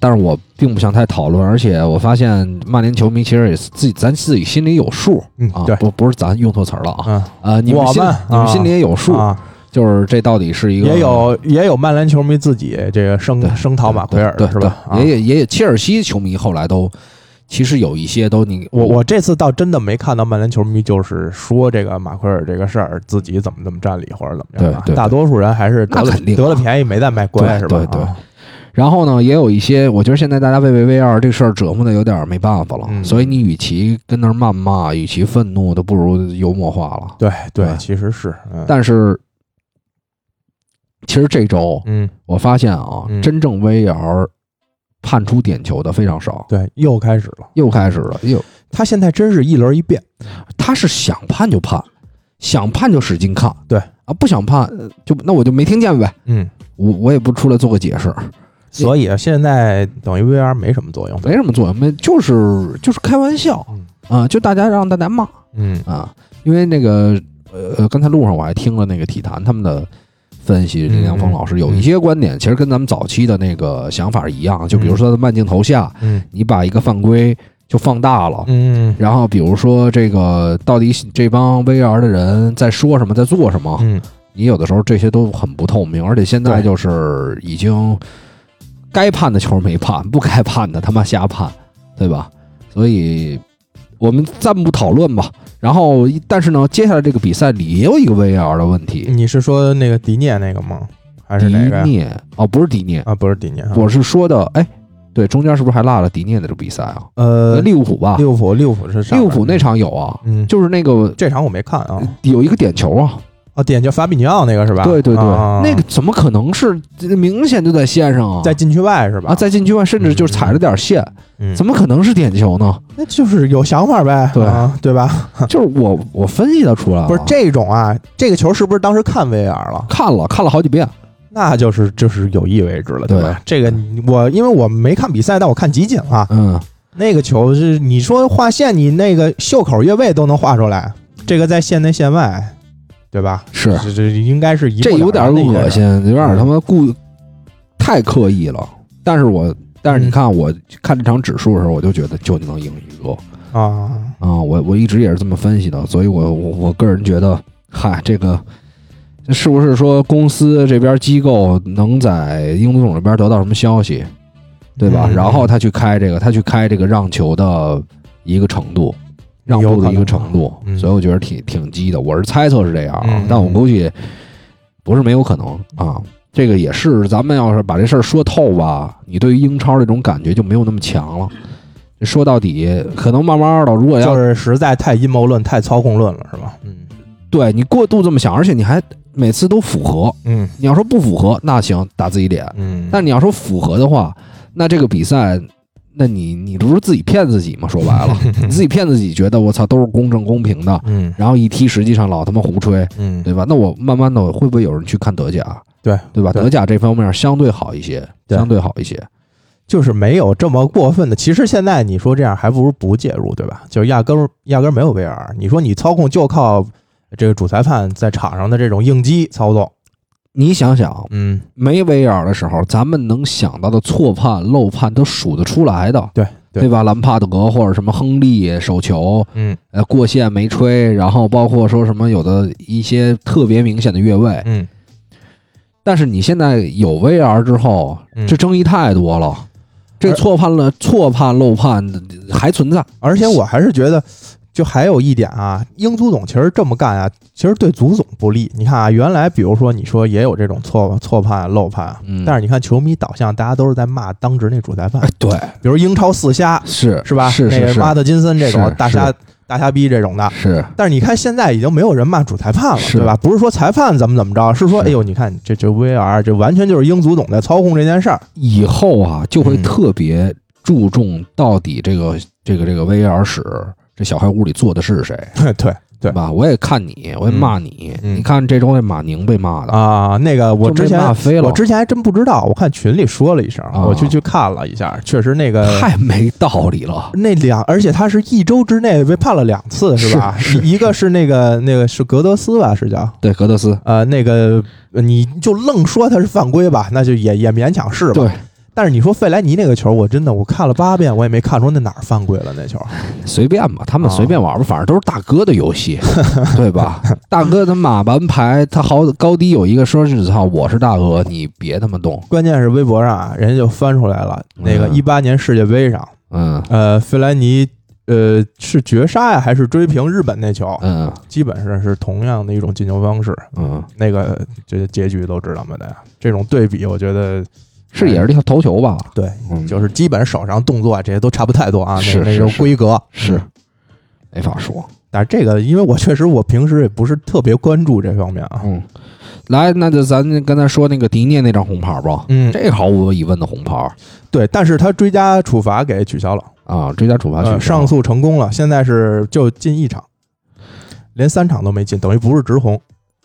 S2: 但是我并不想太讨论，而且我发现曼联球迷其实也是自己，咱自己心里有数
S3: 嗯
S2: 啊，
S3: 对
S2: 不不是咱用错词儿了啊，
S3: 嗯，
S2: 呃，你们
S3: 我
S2: 心
S3: 们
S2: 你们
S3: 啊
S2: 心里也有数，
S3: 啊，
S2: 就是这到底是一个
S3: 也有也有曼联球迷自己这个声
S2: 对
S3: 声讨马奎尔
S2: 对
S3: 的是吧？啊
S2: 对也有也有切尔西球迷后来都，其实有一些都你
S3: 我我这次倒真的没看到曼联球迷就是说这个马奎尔这个事儿自己怎么怎么占理或者怎么样啊，
S2: 对对对
S3: 大多数人还是得
S2: 那
S3: 了
S2: 肯定啊
S3: 得了便宜没再卖乖
S2: 对
S3: 是吧？
S2: 对对
S3: 啊
S2: 然后呢，也有一些，我觉得现在大家为为 V 二这事儿折磨的有点没办法了，
S3: 嗯
S2: 所以你与其跟那儿谩骂，与其愤怒，都不如幽默化了。
S3: 对对，
S2: 对
S3: 其实是嗯
S2: 但是，其实这周
S3: 嗯
S2: 我发现啊，
S3: 嗯
S2: 真正 V R 判出点球的非常少，
S3: 对，又开始了。
S2: 又开始了，又
S3: 他现在真是一轮一变，
S2: 他是想判就判，想判就使劲看，
S3: 对
S2: 啊，不想判呃就那我就没听见呗，
S3: 嗯，
S2: 我我也不出来做个解释，
S3: 所以现在等于 VR 没什么作用。
S2: 没什么作用，没就是就是开玩笑
S3: 嗯
S2: 啊、就大家让大家骂
S3: 嗯
S2: 啊，因为那个呃呃，刚才路上我还听了那个体坛他们的分析，林良锋老师有一些观点，其实跟咱们早期的那个想法一样，就比如说在慢镜头下，
S3: 嗯
S2: 你把一个犯规就放大了。
S3: 嗯
S2: 然后，比如说这个到底这帮 VR 的人在说什么，在做什么？
S3: 嗯，
S2: 你有的时候这些都很不透明，而且现在
S3: 对
S2: 就是已经该判的球没判，不该判的他妈瞎判，对吧？所以我们暂不讨论吧。然后，但是呢，接下来这个比赛里也有一个 VAR 的问题，
S3: 你是说那个迪涅那个吗？还嗯是
S2: 迪
S3: 哪个呀？
S2: 涅哦，不是迪涅，
S3: 啊，不是迪涅啊，
S2: 我是说的，哎，对，中间是不是还落了迪涅的这个比赛啊？
S3: 呃，
S2: 利物浦吧，
S3: 利物浦，利物浦是上
S2: 利物
S3: 边
S2: 浦那，场有啊，
S3: 嗯，
S2: 就是那个
S3: 这场我没看啊，
S2: 有一个点球啊，
S3: 啊，点球法比尼奥那个是吧？
S2: 嗯对对对，
S3: 啊
S2: 那个怎么可能是明显就在线上啊？
S3: 在禁区外是吧？
S2: 啊，在禁区外，甚至就是踩了点线，
S3: 嗯
S2: 怎么可能是点球呢？
S3: 那就是有想法呗，
S2: 对
S3: 啊、对吧？
S2: 就是我我分析得出来了，
S3: 不是这种啊，这个球是不是当时看 VR 了？
S2: 看了看了好几
S3: 啊
S2: 遍，
S3: 那就是就是有意为之了，
S2: 对
S3: 吧？这个你我因为我没看比赛，但我看集锦啊，
S2: 嗯，
S3: 那个球是你说画线，你那个袖口越位都能画出来，这个在线内线外，对吧？
S2: 是
S3: 这这应该是一
S2: 这
S3: 目
S2: 有
S3: 了
S2: 点
S3: 然的一嗯件
S2: 恶
S3: 事
S2: 心，有点他妈故太刻意了。但是我但
S3: 嗯
S2: 是你看我看这场指数的时候，我就觉得就能赢一个
S3: 啊！
S2: 啊！我我一直也是这么分析的，所以我我我个人觉得，嗨，这个是不是说公司这边机构能在英足总这边得到什么消息，对吧？
S3: 嗯
S2: 然后他去开这个，他去开这个让球的一个程度。让步的一个程度，
S3: 嗯
S2: 所以我觉得挺挺激的。我是猜测是这样啊，
S3: 嗯
S2: 但我估计不是没有可能啊。这个也是，咱们要是把这事儿说透吧，你对于英超这种感觉就没有那么强了。说到底，可能慢慢的，如果要、
S3: 就是实在太阴谋论、太操控论了，是吧？嗯
S2: 对你过度这么想，而且你还每次都符合，
S3: 嗯
S2: 你要说不符合，那行打自己脸；
S3: 嗯，
S2: 但你要说符合的话，那这个比赛，那你你不是自己骗自己吗？说 白了，你自己骗自己，觉得我操都是公正公平的，
S3: 嗯
S2: 然后一踢实际上老他妈胡吹，
S3: 嗯
S2: 对吧？那我慢慢的会不会有人去看德甲？
S3: 对
S2: 对吧？
S3: 对
S2: 德甲这方面相对好一些，
S3: 对
S2: 相对好一些。
S3: 就是没有这么过分的。其实现在你说这样，还不如不介入，对吧？就是压根儿压根儿没有 VR。你说你操控就靠这个主裁判在场上的这种应激操纵，
S2: 你想想，
S3: 嗯，
S2: 没 VR 的时候，咱们能想到的错判、漏判都数得出来的，
S3: 对对，
S2: 吧？兰帕德或者什么亨利手球，
S3: 嗯
S2: 呃，过线没吹，然后包括说什么有的一些特别明显的越位。
S3: 嗯，
S2: 但是你现在有 VR 之后，
S3: 嗯
S2: 这争议太多了，这
S3: 而
S2: 错判了、错判、漏判还存在。
S3: 而且我还是觉得。就还有一点啊，英足总其实这么干啊，其实对足总不利。你看啊，原来比如说你说也有这种错错判、漏判，啊
S2: 嗯
S3: 但是你看球迷导向，大家都是在骂当值那主裁判
S2: 哎，，对，
S3: 比如英超四瞎
S2: 是
S3: 是吧？
S2: 是
S3: 那
S2: 是
S3: 个
S2: 是
S3: 马特金森这种
S2: 是
S3: 大瞎大瞎逼这种的，
S2: 是，
S3: 但是你看，现在已经没有人骂主裁判了，
S2: 是
S3: 对吧？不是说裁判怎么怎么着，是说，
S2: 是
S3: 哎呦，你看这这 VR，这完全就是英足总在操控这件事儿。
S2: 以后啊就会
S3: 嗯
S2: 特别注重到底这个这个这个 VR 室这小黑屋里坐的是谁，
S3: 对
S2: 对吧？我也看你，我也骂你。
S3: 嗯
S2: 你看这周那马宁被骂的，
S3: 啊，那个
S2: 就
S3: 我
S2: 被
S3: 之前
S2: 骂飞了
S3: 我之前还真不知道，我看群里说了一声，
S2: 啊
S3: 我去去看了一下，确实那个
S2: 太没道理了。
S3: 那两，而且他是一周之内被判了两次，吧？
S2: 是是
S3: 一个是那个那个是格德斯吧，是叫。
S2: 对，格德斯，
S3: 呃，那个你就愣说他是犯规吧，那就也也勉强是吧。
S2: 对，
S3: 但是你说费莱尼那个球，我真的我看了八遍，我也没看出那哪儿犯规了 那球。
S2: 随便吧，他们
S3: 啊
S2: 随便玩吧，反正都是大哥的游 戏，对吧？大哥他马完牌，他好高低有一个说是操，我是大哥，你别他妈动，
S3: 关键是微博上啊，人家就翻出来了，那个
S2: 嗯
S3: 一八年世界杯上，
S2: 嗯
S3: 呃，费莱尼呃是绝杀呀，还是追平日本那球，
S2: 嗯
S3: 基本上是同样的一种进球方式，
S2: 嗯，
S3: 那个这结局都知道嘛，大家这种对比，我觉得
S2: 是也是这头球吧？
S3: 对，
S2: 嗯，
S3: 哎就是基本手上动作啊这些都差不太多啊，
S2: 是
S3: 那那
S2: 是
S3: 种
S2: 是
S3: 规格嗯
S2: 是没法说。
S3: 但是这个，因为我确实我平时也不是特别关注这方面啊。
S2: 嗯，来，那就咱刚才说那个迪涅那张红牌吧，
S3: 嗯，
S2: 这毫无疑问的红牌
S3: 对，但是他追加处罚给取消了，
S2: 啊，追加处罚
S3: 呃
S2: 权、
S3: 上诉成功了，现在是就进一场，连三场都没进，等于不是直红。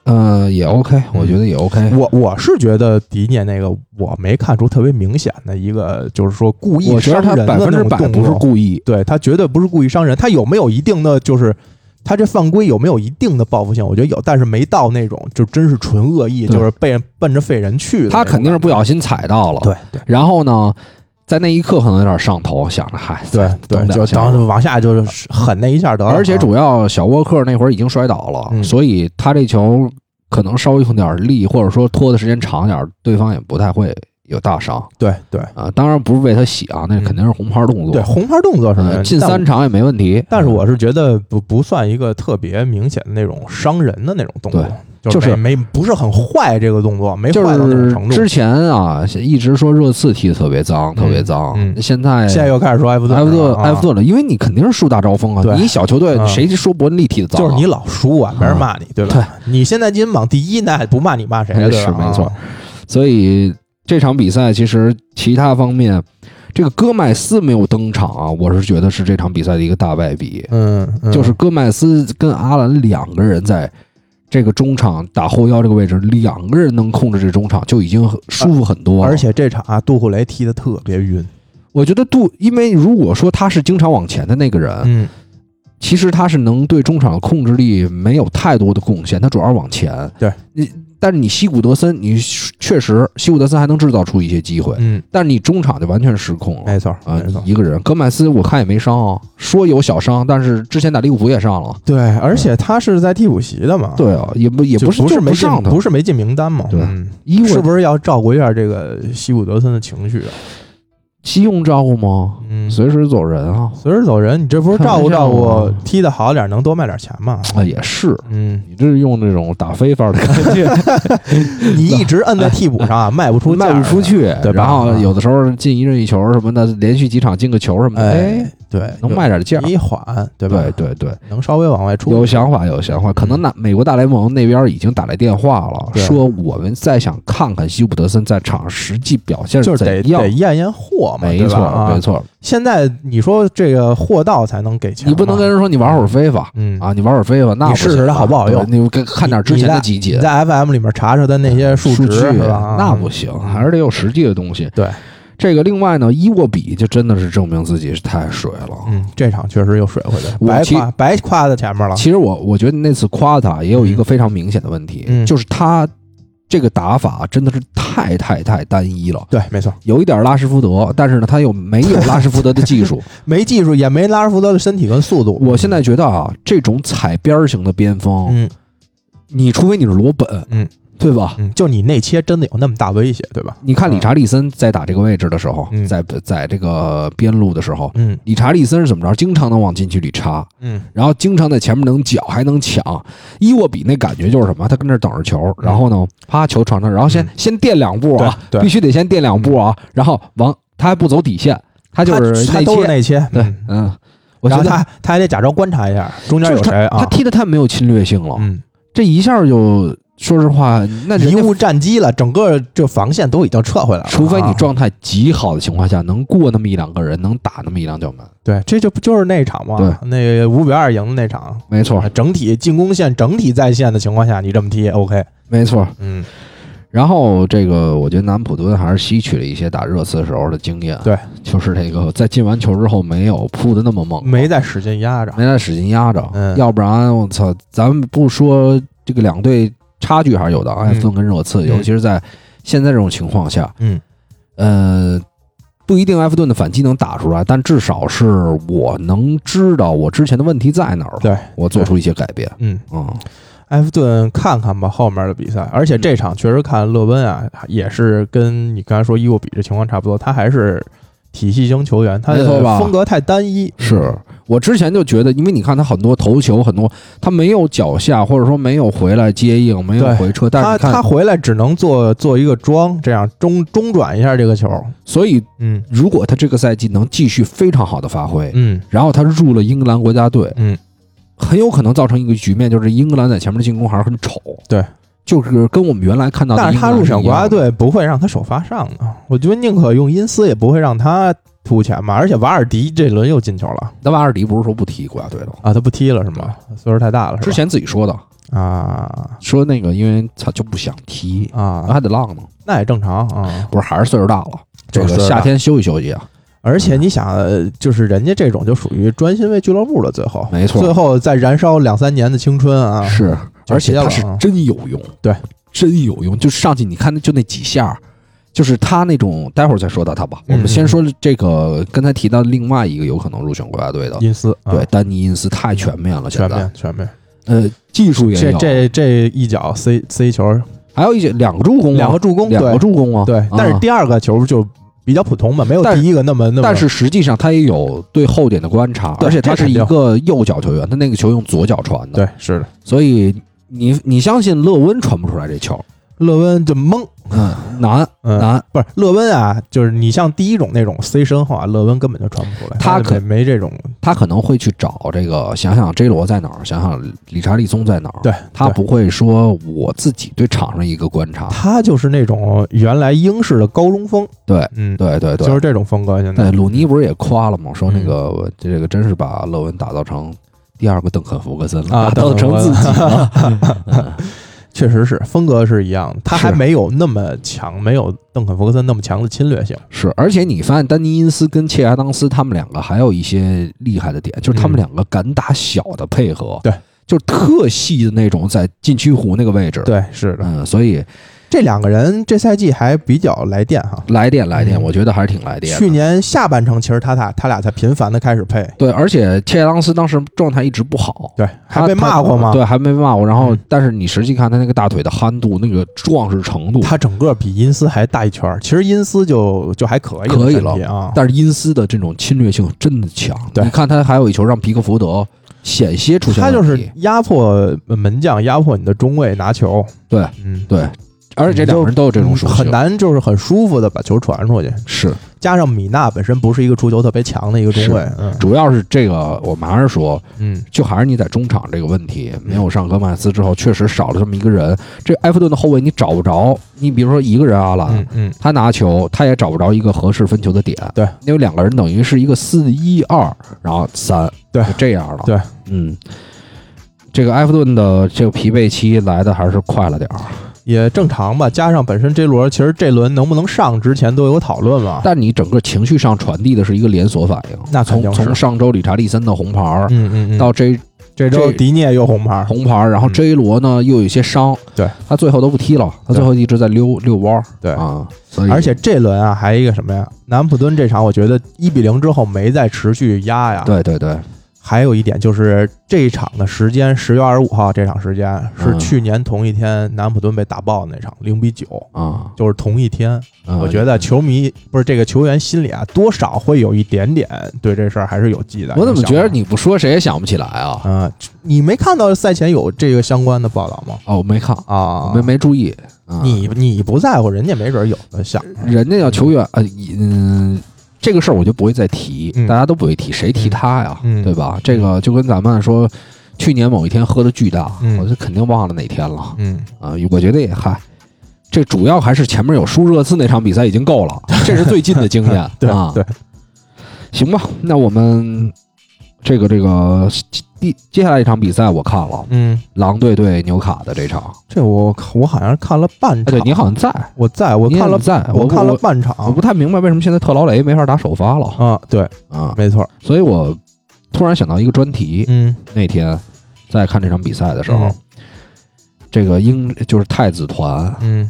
S2: 呃也 OK，我
S3: 嗯
S2: 觉得也 OK，
S3: 我我是觉得迪涅那个我没看出特别明显的一个，就是说故意
S2: 我觉
S3: 伤
S2: 得他
S3: 人
S2: 百
S3: 的
S2: 分
S3: 那
S2: 之
S3: 种
S2: 百
S3: 动
S2: 不是
S3: 作，
S2: 故意，
S3: 对他绝对不是故意伤人，他有没有一定的就是。他这犯规有没有一定的报复性？我觉得有，但是没到那种就真是纯恶意，
S2: 对
S3: 就是被人奔着废人去的那种
S2: 他
S3: 感觉。
S2: 肯定是不小心踩到了，
S3: 对对
S2: 然后呢，在那一刻可能有点上头，想着嗨，
S3: 对对，
S2: 等
S3: 就
S2: 两下
S3: 当时往下就是狠那一下得了。啊
S2: 而且主要小沃克那会儿已经摔倒了，
S3: 嗯
S2: 所以他这球可能稍微用点力，或者说拖的时间长点儿，对方也不太会有大伤
S3: 对对
S2: 啊。当然不是为他洗啊，那肯定是红牌动作，
S3: 嗯对红牌动作是没
S2: 呃，
S3: 问题
S2: 进
S3: 但
S2: 三场也没问题。
S3: 但是我是觉得不不算一个特别明显的那种伤人的那种动作
S2: 对，
S3: 就是
S2: 就是
S3: 没没不是很坏这个动作，没坏
S2: 就
S3: 到那种
S2: 是
S3: 程度。
S2: 之前啊，一直说热刺踢得特别脏，特别脏。
S3: 嗯
S2: 现在
S3: 现在又开始说埃弗顿，
S2: 埃弗顿，
S3: 啊
S2: 埃弗，顿了，因为你肯定是树大招风啊！
S3: 对
S2: 你一小球队
S3: 嗯，
S2: 谁说伯恩利踢的脏啊？嗯
S3: 就是你老输啊，没人骂你，对吧？你现在金榜第一，那不骂你骂谁啊？
S2: 哎
S3: 对吧
S2: 是没错
S3: 啊
S2: 所以这场比赛其实其他方面，这个戈麦斯没有登场啊，我是觉得是这场比赛的一个大败笔。
S3: 嗯，嗯
S2: 就是戈麦斯跟阿兰两个人在这个中场打后腰这个位置，两个人能控制这中场就已经很舒服很多了。
S3: 而且这场啊，杜库雷踢得特别晕，
S2: 我觉得杜，因为如果说他是经常往前的那个人，
S3: 嗯
S2: 其实他是能对中场的控制力没有太多的贡献，他主要是往前。
S3: 对
S2: 你，但是你西古德森，你确实西古德森还能制造出一些机会，
S3: 嗯，
S2: 但是你中场就完全失控了
S3: 没错
S2: 啊！
S3: 没错
S2: 你。一个人，戈麦斯我看也没伤啊，说有小伤，但是之前打利物浦也上了。
S3: 对，而且他是在替补席的嘛，，
S2: 对啊，也不也
S3: 就
S2: 不是
S3: 不
S2: 就是
S3: 没进
S2: 上，的，
S3: 不是没进名单嘛，
S2: 对
S3: 嗯
S2: 因
S3: 是
S2: 为
S3: 不是要照顾一下这个西古德森的情绪啊？
S2: 急用照顾吗？
S3: 嗯，
S2: 随时走人啊！
S3: 随着走人，你这不是照顾
S2: 开
S3: 照
S2: 玩
S3: 顾
S2: 笑嘛，
S3: 踢得好点儿能多卖点钱吗？
S2: 啊，也是，
S3: 嗯，
S2: 你这是用那种打飞法的感觉，
S3: 你一直摁在替补 上啊，卖不出价
S2: 卖
S3: 儿
S2: 不出，去，
S3: 对吧啊
S2: 然后有的时候进一任意球什么的，连续几场进个球什么的，
S3: 哎，，对，
S2: 能卖点价
S3: 有。一缓，对吧？
S2: 对对对，
S3: 能稍微往外出，嗯
S2: 有想法有想法，可能那美国大联盟那边已经打来电话了，
S3: 对
S2: 说我们再想看看西普德森在场实际表现
S3: 就是得
S2: 怎样
S3: 得。验验货嘛，
S2: 没
S3: 对吧
S2: 错
S3: 啊
S2: 没。错，
S3: 现在你说这个货到才能给钱嘛，
S2: 你不能跟人说你玩会儿非法
S3: 嗯
S2: 啊，你玩会儿非法，那
S3: 你
S2: 不
S3: 试试
S2: 行
S3: 它
S2: 啊
S3: 好不好用
S2: 对你跟看点之前的集
S3: 你
S2: 锦
S3: 在 FM 里面查查他那些数值
S2: 啊据，
S3: 是吧？啊
S2: 那不行，还是得有实际的东西。
S3: 对，
S2: 这个另外呢，伊沃比就真的是证明自己是太水了。啊
S3: 嗯，这场确实又水回去了，
S2: 我
S3: 白
S2: 其
S3: 夸白夸在前面了。
S2: 其实我我觉得那次夸他也有一个非常明显的问题，
S3: 嗯
S2: 就是他这个打法真的是太太太单一了，
S3: 对，没错，
S2: 有一点拉什福德，但是呢他又没有拉什福德的技 术。
S3: 没技术也没拉什福德的身体跟速度。
S2: 我现在觉得啊，这种踩边儿型的边锋，
S3: 嗯
S2: 你除非你是罗本，
S3: 嗯，
S2: 对吧？
S3: 嗯，就你内切真的有那么大威胁，对吧？
S2: 你看理查利森在打这个位置的时候，
S3: 嗯
S2: 在在这个边路的时候，
S3: 嗯
S2: 理查利森是怎么着？经常能往禁区里插，
S3: 嗯，
S2: 然后经常在前面能搅，还能抢。伊沃比那感觉就是什么？他跟这儿等着球，然后呢，啪球传上，然后先、
S3: 嗯
S2: 先垫两步啊，
S3: 对对
S2: 必须得先垫两步啊，然后往他还不走底线，他就是
S3: 他
S2: 内
S3: 都是
S2: 切，
S3: 内切，
S2: 对
S3: 嗯，
S2: 嗯，我
S3: 然
S2: 觉
S3: 后
S2: 得
S3: 他他还得假装观察一下中间
S2: 就
S3: 有
S2: 是
S3: 谁
S2: 他
S3: 啊？
S2: 踢的太没有侵略性了，
S3: 嗯，
S2: 这一下就说实话，那人
S3: 贻
S2: 家
S3: 误战机了，整个就防线都已经撤回来了。
S2: 除非你
S3: 啊
S2: 状态极好的情况下，能过那么一两个人，能打那么一两脚门，
S3: 对，这就不就是那场嘛？
S2: 对哦
S3: 那五比二赢的那场，啊
S2: 没错，
S3: 整体进攻线整体在线的情况下，你这么踢 OK？
S2: 没错。
S3: 嗯，
S2: 然后这个，我觉得南普敦还是吸取了一些打热刺时候的经验，
S3: 对，
S2: 就是这个在进完球之后没有扑的那么猛，
S3: 没再使劲压着。
S2: 没再使劲压着，
S3: 嗯
S2: 要不然我操，咱们不说这个两队差距还是有的，埃弗顿跟热刺，
S3: 嗯
S2: 尤其是在现在这种情况下，
S3: 嗯，
S2: 呃，不一定埃弗顿的反击能打出来，但至少是我能知道我之前的问题在哪儿了，
S3: 对
S2: 我做出一些改变，
S3: 嗯，
S2: 嗯，
S3: 埃弗顿看看吧后面的比赛，而且这场确实看勒温啊，也是跟你刚才说伊沃比这情况差不多，他还是体系型球员，他
S2: 没错
S3: 的
S2: 吧
S3: 风格太单一。
S2: 是我之前就觉得，因为你看他很多头球，很多他没有脚下，或者说没有回来接应，没有
S3: 对
S2: 回撤，但是
S3: 他
S2: 你
S3: 他
S2: 看，
S3: 回来只能做做一个装，这样中中转一下这个球。
S2: 所以
S3: 嗯
S2: 如果他这个赛季能继续非常好的发挥，
S3: 嗯
S2: 然后他入了英格兰国家队，
S3: 嗯，
S2: 很有可能造成一个局面，就是英格兰在前面的进攻还是很丑，
S3: 对，
S2: 就是跟我们原来看到的
S3: 但是
S2: 英格
S3: 他
S2: 兰一样，
S3: 入选国家队不会让他首发上的，我觉得宁可用因斯也不会让他突前吧。而且瓦尔迪这轮又进球了
S2: 那瓦尔迪不是说不踢国家队了吗？
S3: 啊，他不踢了是吗？岁数太大了是吧？
S2: 之前自己说的，
S3: 啊
S2: 说那个因为他就不想踢，
S3: 啊，
S2: 还得浪呢，
S3: 那也正常啊。
S2: 不是还是岁数大了，这
S3: 就是
S2: 个
S3: 岁数大
S2: 夏天休息休息啊，
S3: 而且你想，呃就是人家这种就属于专心为俱乐部了，最后
S2: 没错
S3: 最后再燃烧两三年的青春啊，
S2: 是，
S3: 就
S2: 而且
S3: 歇
S2: 他
S3: 了
S2: 是
S3: 啊
S2: 真有用，
S3: 对，
S2: 真有用。就上去你看，就那几下儿，就是他那种，待会儿再说到他吧。
S3: 嗯
S2: 我们先说这个刚才提到另外一个有可能入选国家队的，
S3: 因斯啊
S2: 对，丹尼因斯太全面了，现
S3: 全
S2: 在
S3: 面全面，
S2: 呃，技术也
S3: 这
S2: 有，
S3: 这这一脚 C C 球，
S2: 还有一些两个助攻啊，
S3: 两个助攻，
S2: 两个
S3: 对
S2: 助攻啊，
S3: 对
S2: 啊，
S3: 但是第二个球就比较普通嘛，没有
S2: 但是
S3: 第一个那么那么
S2: 但是实际上他也有对后点的观察，
S3: 对
S2: 而且他
S3: 这
S2: 是
S3: 肯
S2: 一
S3: 定
S2: 个右脚球员，他那个球用左脚传的，
S3: 对是的。
S2: 所以你你相信勒温传不出来这球？
S3: 勒温就懵，
S2: 嗯，难
S3: 嗯，
S2: 难，
S3: 不是勒温啊，就是你像第一种那种 C 身后啊，勒温根本就传不出来，
S2: 他
S3: 他
S2: 可
S3: 没没这种，
S2: 他可能会去找这个，想想 J 罗在哪儿，想想理查利宗在哪儿。
S3: 对
S2: 他
S3: 对
S2: 不会说我自己对场上一个观察。
S3: 他就是那种原来英式的高中风，
S2: 对，
S3: 嗯，
S2: 对对对，
S3: 就是嗯这种风格。现
S2: 对
S3: 在
S2: 鲁尼不是也夸了吗？说那个这个真是把勒文打造成第二个邓肯福格森了，
S3: 啊
S2: 打造成自己了。
S3: 确实是风格是一样的，他还
S2: 是
S3: 没有那么强，没有邓肯·福格森那么强的侵略性。
S2: 是，而且你发现丹尼因斯跟切亚当斯他们两个还有一些厉害的点，就是他们
S3: 嗯
S2: 两个敢打小的配合，
S3: 对，
S2: 就是特细的那种，在禁区弧那个位置，，
S3: 对，是的，
S2: 嗯，所以
S3: 这两个人这赛季还比较来电哈。
S2: 来电来电，
S3: 嗯
S2: 我觉得还是挺来电的。
S3: 去年下半程，其实他俩他俩才频繁的开始配，
S2: 对，而且切亚当斯当时状态一直不好，
S3: 对，还
S2: 他
S3: 被骂过吗？
S2: 他对，还没骂过。然后
S3: 嗯，
S2: 但是你实际看他那个大腿的憨度、那个壮实程度，
S3: 他整个比因斯还大一圈儿。其实因斯就就还可以
S2: 可以
S3: 身体
S2: 了
S3: 啊，
S2: 但是因斯的这种侵略性真的强。
S3: 对
S2: 你看他还有一球让皮克福德险些出现
S3: 他
S2: 问题，
S3: 就是压迫门将，压迫你的中卫拿球。
S2: 对，
S3: 嗯，
S2: 对，而且这两个人都有这种属性，
S3: 很难就是很舒服的把球传出去。
S2: 是。
S3: 加上米娜本身不是一个出球特别强的一个中卫，嗯
S2: 主要是这个，我们还是说，
S3: 嗯，
S2: 就还是你在中场这个问题，没有上戈麦斯之后，确实少了这么一个人。这埃弗顿的后卫你找不着，你比如说一个人阿兰，
S3: 嗯嗯，
S2: 他拿球，他也找不着一个合适分球的点。
S3: 对，
S2: 因为两个人等于是一个四一二，然后三，
S3: 对
S2: 就这样了。
S3: 对，
S2: 嗯，这个埃弗顿的这个疲惫期来的还是快了点儿。
S3: 也正常
S2: 嗯
S3: 吧。加上本身这轮，其实这轮能不能上之前都有讨论嘛。
S2: 但你整个情绪上传递的是一个连锁反应。
S3: 那
S2: 从
S3: 肯定是
S2: 从上周理查利森的红牌儿、
S3: 嗯嗯嗯，
S2: 到这
S3: 这周
S2: 这
S3: 迪涅又红牌，
S2: 红牌儿，然后
S3: 嗯
S2: J 罗呢又有一些伤，
S3: 对
S2: 他最后都不踢了，他最后一直在溜溜弯儿。
S3: 对
S2: 啊，所以
S3: 而且这轮啊，还有一个什么呀？南普敦这场，我觉得一比零之后没再持续压呀。，
S2: 对对对，
S3: 还有一点就是这一场的时间，十月二十五号这场时间是
S2: 嗯
S3: 去年同一天南普敦被打爆的那场零比九，
S2: 啊，
S3: 就是同一天。
S2: 嗯
S3: 我觉得球迷不是这个球员心里啊，多少会有一点点对这事儿还是有忌惮。
S2: 我怎么觉得你不说谁也想不起来啊？
S3: 啊、你没看到赛前有这个相关的报道吗？
S2: 哦，我没看，
S3: 啊，
S2: 没没注意。啊、
S3: 你你不在乎，人家没准有的想。
S2: 人家要球员，呃，嗯，这个事儿我就不会再提，
S3: 嗯
S2: 大家都不会提，谁提他呀？
S3: 嗯
S2: 对吧？这个就跟咱们说，去年某一天喝的巨大，
S3: 嗯
S2: 我就肯定忘了哪天了
S3: 嗯，
S2: 啊。我觉得也嗨，这主要还是前面有输热刺那场比赛已经够 了，这是最近的经验
S3: 对、
S2: 啊。
S3: 对，
S2: 行吧，那我们这个这个第接下来一场比赛我看了，
S3: 嗯，
S2: 狼队对纽卡的这场，
S3: 这我我好像是看了半
S2: 哎，
S3: 场。
S2: 对你好像在，
S3: 我在我
S2: 你也
S3: 看了，
S2: 在，我
S3: 看了
S2: 我
S3: 半
S2: 我
S3: 场
S2: 不。太明白为什么现在特劳雷没法打首发了
S3: 啊，对，
S2: 啊，
S3: 没错。
S2: 所以我突然想到一个专题，
S3: 嗯
S2: 那天在看这场比赛的时候
S3: 嗯，
S2: 这个英就是太子团，
S3: 嗯